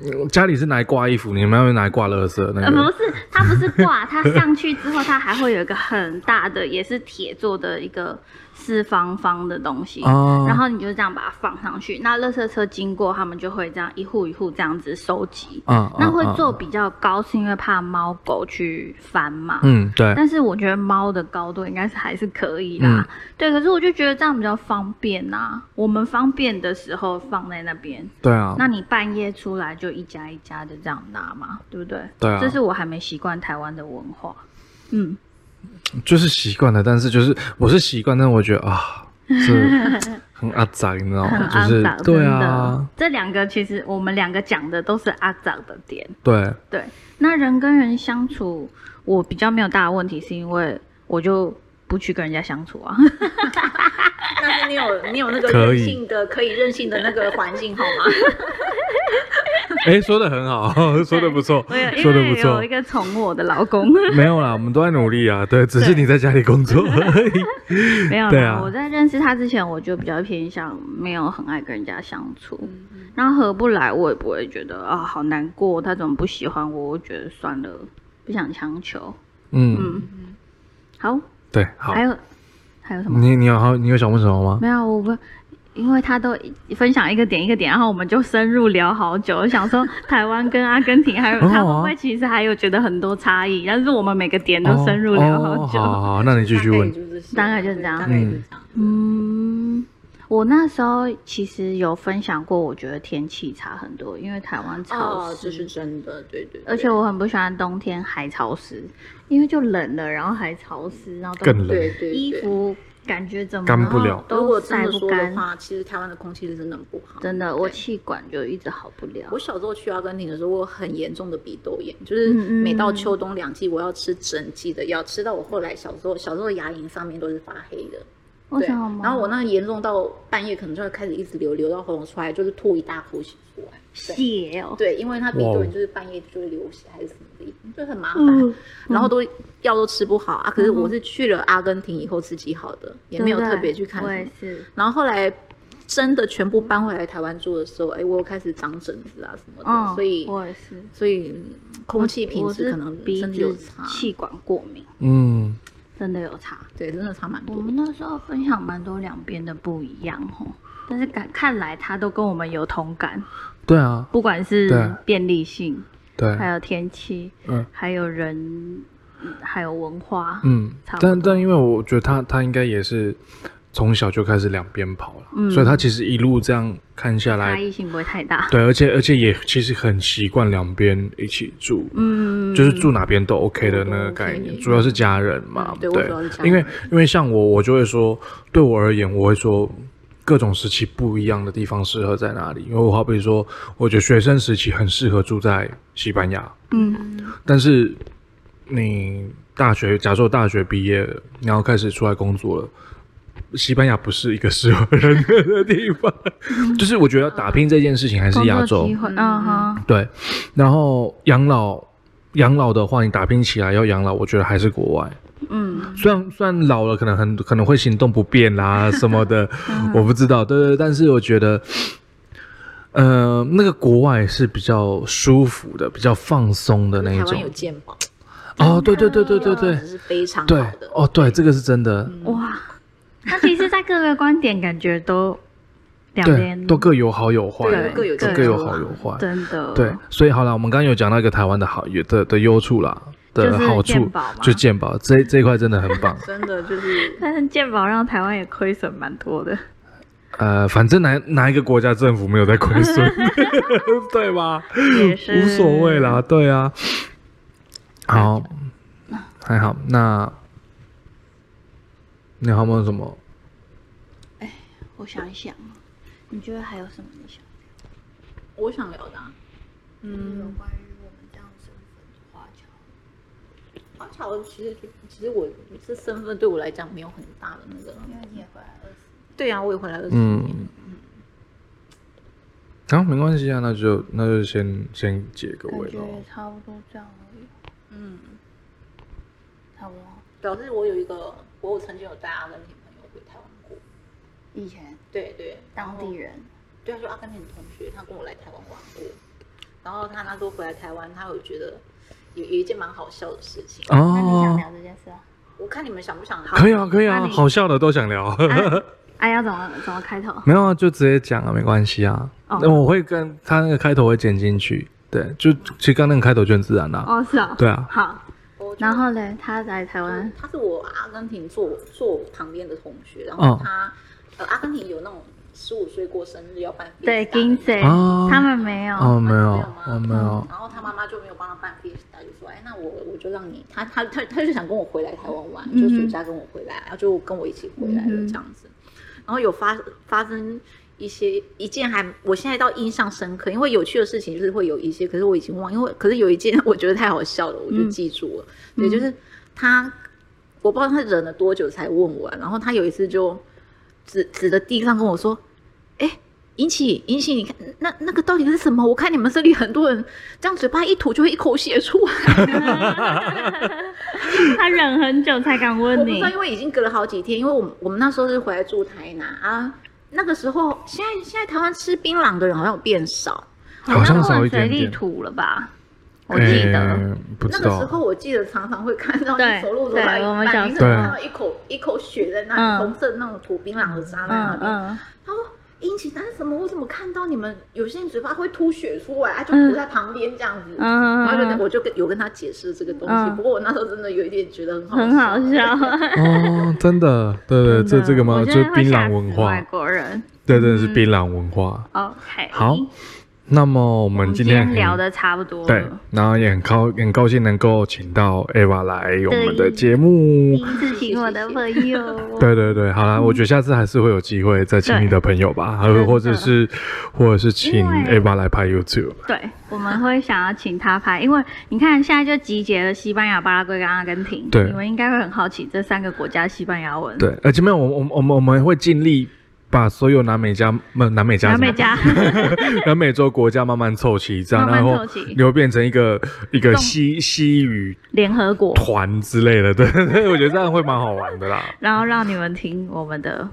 A: 嗯家里是拿来挂衣服，你们要拿来挂垃圾那
B: 呃，不
A: 个。
B: 是，它不是挂，它上去之后，它还会有一个很大的，也是铁做的一个四方方的东西，
A: 哦
B: 然后你就这样把它放上去。那垃圾车经过，他们就会这样一户一户这样子收集。
A: 嗯，
B: 那
A: 嗯
B: 会
A: 嗯
B: 做比较高，是因为怕猫狗去翻嘛。
A: 嗯，对，
B: 但是我觉得猫的高度应该是还是可以
A: 嗯
B: 啦，对。可是我就觉得这样比较方便呐、我们方便的时候放在那边，
A: 对啊，
B: 那你半夜出来就一家一家的这样拿嘛，对不对？
A: 对啊
B: 这是我还没习惯台湾的文化。嗯，
A: 就是习惯了，但是就是我是习惯，但我觉得啊， 是很阿杂，你知道
B: 很
A: 吗？哦就
B: 肮
A: 是
B: 脏，
A: 对
B: 真
A: 啊
B: 的，。这两个其实我们两个讲的都是阿脏的点。
A: 对，
B: 对，那人跟人相处，我比较没有大的问题，是因为我就不去跟人家相处 啊。
C: 但是你有你有那个
A: 可
C: 任
A: 以
C: 性的可以任性的那个环境好吗？
A: 哎，说的很 好，说的不错
B: 我有，因
A: 说的不
B: 为
A: 错
B: 有一，个 宠我的老公，
A: 没有啦，我们都在努力啊，对，只是
B: 对
A: 你在家里工作而 已。
B: 没有
A: 对
B: 啦。
A: 啊
B: 我在认识他之前，我就比较偏向没有很爱跟人家相处。然后合不来，我也不会觉得啊好难过，他怎么不喜欢我？我觉得算了，不想强求。
A: 嗯，
B: 好，
A: 对，好，
B: 还有还有什么？
A: 你你有好你有想问什么吗？
B: 没有，我不，因为他都分享一个点一个点，然后我们就深入聊好久。我想说，台湾跟阿根廷还有
A: 很好啊
B: 他们会其实还有觉得很多差异，但是我们每个点都深入聊好
A: 哦哦
B: 久。
A: 好好好，那你 继续问。
B: 大概就是这样
C: 大概就是这样。
B: 嗯，我那时候其实有分享过，我觉得天气差很多，因为台湾潮
C: 哦，
B: 湿，
C: 这是真的，对对。对
B: 嗯而且我很不喜欢冬天还潮湿，因为就冷了，然后还潮湿，然后都
A: 更冷
C: 对对对
B: 衣服感觉怎么
A: 干不了
B: 然后
C: 如果
B: 都
C: 真
B: 晒
C: 的
B: 不
C: 说的
B: 干。
C: 话，其实台湾的空气是真的很不好。
B: 真的，我
C: 对
B: 气管就一直好不了
C: 我。小时候去阿根廷的时候，我有很严重的鼻窦炎，就是
B: 嗯嗯
C: 每到秋冬两季，我要吃整季的药，吃到我后来小时候小时候牙龈上面都是发黑的。
B: 为
C: 对，
B: 什么？
C: 然后我那严重到半夜可能就会开始一直流，流到喉咙出来，就是吐一大口血出来。
B: 血哦，
C: 对，因为他鼻窦
A: 哇哦
C: 炎就是半夜就会流血还是什么的，就很麻烦。
B: 嗯，
C: 然后都药都吃不好啊。可是我是去了阿根廷以后自己好的，也没有
B: 对不
C: 特
B: 对
C: 别去看
B: 我
C: 什
B: 也
C: 么。
B: 是，
C: 然后后来真的全部搬回来台湾住的时候，哎，我有开始长疹子啊什么的，
B: 嗯，
C: 所以
B: 我也是，
C: 所以嗯空气品
B: 我
C: 质
B: 是
C: 可能
B: 鼻
C: 真的有
B: 子
C: 差，
B: 气管过敏
A: 嗯，
B: 真的有差。
C: 对，真的差蛮
B: 我
C: 多的。
B: 们那时候分享蛮多两边的不一样哦，但是感看来他都跟我们有同感，
A: 对啊，
B: 不管是
A: 对
B: 便利性，
A: 对，
B: 还有天气，
A: 嗯
B: 还有人，嗯还有文化，
A: 嗯
B: 差，不
A: 但
B: 多
A: 但因为我觉得他他应该也是从小就开始两边跑了，
B: 嗯
A: 所以他其实一路这样看下
B: 差
A: 来，
B: 异性不会太大。
A: 对，而且而且也其实很习惯两边一起住，
B: 嗯，
A: 就是住哪边都 OK 的那个
C: 都
A: 概
C: OK
A: 念，主要是家人嘛
C: 嗯，对
A: 对
C: 我主要是家，人
A: 因为因为像我，我就会说，对我而言，我会说。各种时期不一样的地方适合在哪里？因为我好比说，我觉得学生时期很适合住在西班牙，
B: 嗯，
A: 但是你大学，假设大学毕业了，你要开始出来工作了，西班牙不是一个适合人的地方。就是我觉得打拼这件事情还是
B: 工
A: 亚
B: 作
A: 洲
B: 机，会，
C: 嗯
B: 嗯哼，
A: 对。然后养老，养老的话，你打拼起来要养老，我觉得还是国外。
B: 嗯，
A: 虽然虽然老了，可能很可能会行动不便啦什么的，我不知道。对对，对但是我觉得，呃，那个国外是比较舒服的，比较放松的那一
C: 台
A: 种
C: 湾有。健保，
B: 嗯
A: 哦，对对对对对对
C: 是非常
A: 对
C: 好的，。
A: 哦对，这个是真的，
B: 哇，那其实，在各个观点感觉都两
A: 对，
B: 边
A: 都各有好有坏啊，
C: 对各有
A: 都
C: 各
A: 各有
C: 有。
A: 好有坏。
B: 真的
A: 对，所以好了，我们刚刚有讲到一个台湾的好有的的优处啦，的
B: 就是
A: 好
B: 健
A: 处
B: 保嘛
A: 就健保这这一块真的很 棒
C: 真的就是
B: 但是健保让台湾也亏损蛮 多的，
A: 呃，反正哪哪一个国家政府没有在亏 损，对吧？
B: 也是
A: 无所谓啦，对啊。好，
B: 嗯
A: 还好。那你还有没有什么？
B: 我想一想，你觉得还有什么你想？
C: 我想聊的、啊，嗯，
D: 关于我们这样身份的话，
C: 华侨其实就其实我这身份对我来讲没有很大的那个，
D: 因为你也回来二十，
C: 对啊，我也回来二十
A: 嗯
C: 年，，
A: 好、没关系啊，那就那就先先结个尾喽。
D: 差不多这样而已，
C: 嗯，
D: 差不多。
C: 表示我有一个，我有曾经有带阿根廷朋友回台湾过，
D: 以前
C: 对对，
D: 当地人，
C: 对他说阿根廷同学，他跟我来台湾玩过，然后他那时候回来台湾，他有觉得有有一件蛮好笑的事情，
D: 那你想
A: 哦，
D: 聊这件事啊？
C: 我看你们想不想？
A: 可以啊，可以
B: 那
A: 啊，
B: 你
A: 好笑的都想聊。
B: 哎、要怎么怎么开头？
A: 没有啊，就直接讲啊，没关系啊。
B: 哦
A: 那、我会跟他那个开头会剪进去，对，就其实刚那个开头就很自然啦、
B: 哦，是哦，
A: 对啊，嗯
B: 好。
C: 我就
B: 然后嘞，他来台湾，
C: 他是我阿根廷坐我坐我旁边的同学，然
A: 哦
C: 后他、呃阿根廷有那种十五岁过生日要办 fiesta
B: 对
C: 的
B: g i n s e
A: 哦
B: 他们没有，
A: 哦，没有
C: 吗，
A: 哦，没有，
C: 然后他妈妈就没有帮他办 fiesta，就说，哎，那我我就让你，他他他他就想跟我回来台湾
A: 嗯
C: 玩，就暑假跟我回来，然后就跟我一起回来了
B: 嗯哼
C: 这样子。然后有发发生一些一件还，我现在到印象深刻，因为有趣的事情就是会有一些，可是我已经忘，因为可是有一件我觉得太好笑了，我就记住了。
A: 嗯
C: 对，就是他，我不知道他忍了多久才问我啊，然后他有一次就指指着地上跟我说，哎。引起引起，你看那那个到底是什么？我看你们这里很多人这样嘴巴一吐就会一口血出来，
B: 他忍很久才敢
C: 我
B: 问
C: 不知
B: 你
C: 道，。因为已经隔了好几天，因为我们我们那时候是回来住台南啊，那个时候现在现在台湾吃槟榔的人好像有变少，
A: 好像
B: 那
A: 少一
B: 混水
A: 点
B: 力
A: 点
B: 土了吧？嗯我记得、
A: 呃不
C: 那
A: 知
C: 个
A: 道
C: 时候我记得常常会看到
B: 对
C: 你走路走到一
B: 对我们小
C: 半，你
B: 时
C: 可
A: 候
C: 能看到一口一口血在那
B: 嗯
C: 里，红色那种土槟榔的
A: 哎
C: 渣在那
B: 嗯
C: 里。
B: 嗯，
C: 他说：“殷奇，但是怎么我怎么看到你们有些人嘴巴会吐血出来，啊，就吐在旁边这样子。”
B: 嗯
C: 然后就跟我就跟有跟他解释这个东西，
B: 嗯
C: 不过我那时候真的有一点觉得很好
B: 很好
C: 笑。
B: 笑。
A: 哦，真的，对对，
B: 真
A: 这
B: 的
A: 这个嘛，
B: 嗯我
A: 就
B: 觉
A: 是
B: 得会
A: 槟
B: 吓
A: 榔文
B: 死嗯
A: 化
B: 外，国人。
A: 对，真的是槟榔文化。
B: OK，
A: 好
B: 我
A: 那么我们
B: 嗯们
A: 今
B: 今
A: 天
B: 天
A: 很
B: 聊的差不多
A: 对
B: 了，，
A: 然后也很高很高兴能够请到 Ava 来我们的
B: 对
A: 节目
B: 第。一次请我的朋友，
A: 对对对，好啦，我觉得下次还是会有机会再请你的朋友吧，还有
B: 嗯真的
A: 或者是或者是请
B: 因为
A: Ava 来拍 YouTube。
B: 对，我们会想要请他拍，因为你看现在就集结了西班牙、巴拉圭跟阿根廷，
A: 对
B: 你们应该会很好奇这三个国家西班牙文。，
A: 对，而且没有，我们我们我们我们会尽力把所有南美加呃南美加
B: 南美
A: 什么
B: 加
A: 南美洲国家慢慢凑齐，这样
B: 慢慢
A: 然后
B: 凑齐
A: 你会变成一个一个
B: 动
A: 西西语
B: 联合国，
A: 团之类的。对对对，我觉得这样会蛮好玩的啦。
B: 然后让你们听我们的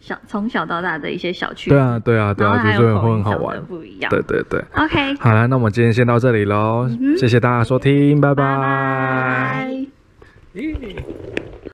B: 小从小到大的一些小趣。
A: 对啊，对啊，对
B: 然后
A: 啊，就
B: 还有
A: 是会
B: 口音
A: 很好
B: 什么
A: 玩
B: 的。不一样。
A: 对对对，
B: ，OK，
A: 好啦，那我们今天先到这里喽，谢谢大家收听，拜
B: 拜拜。
A: 咦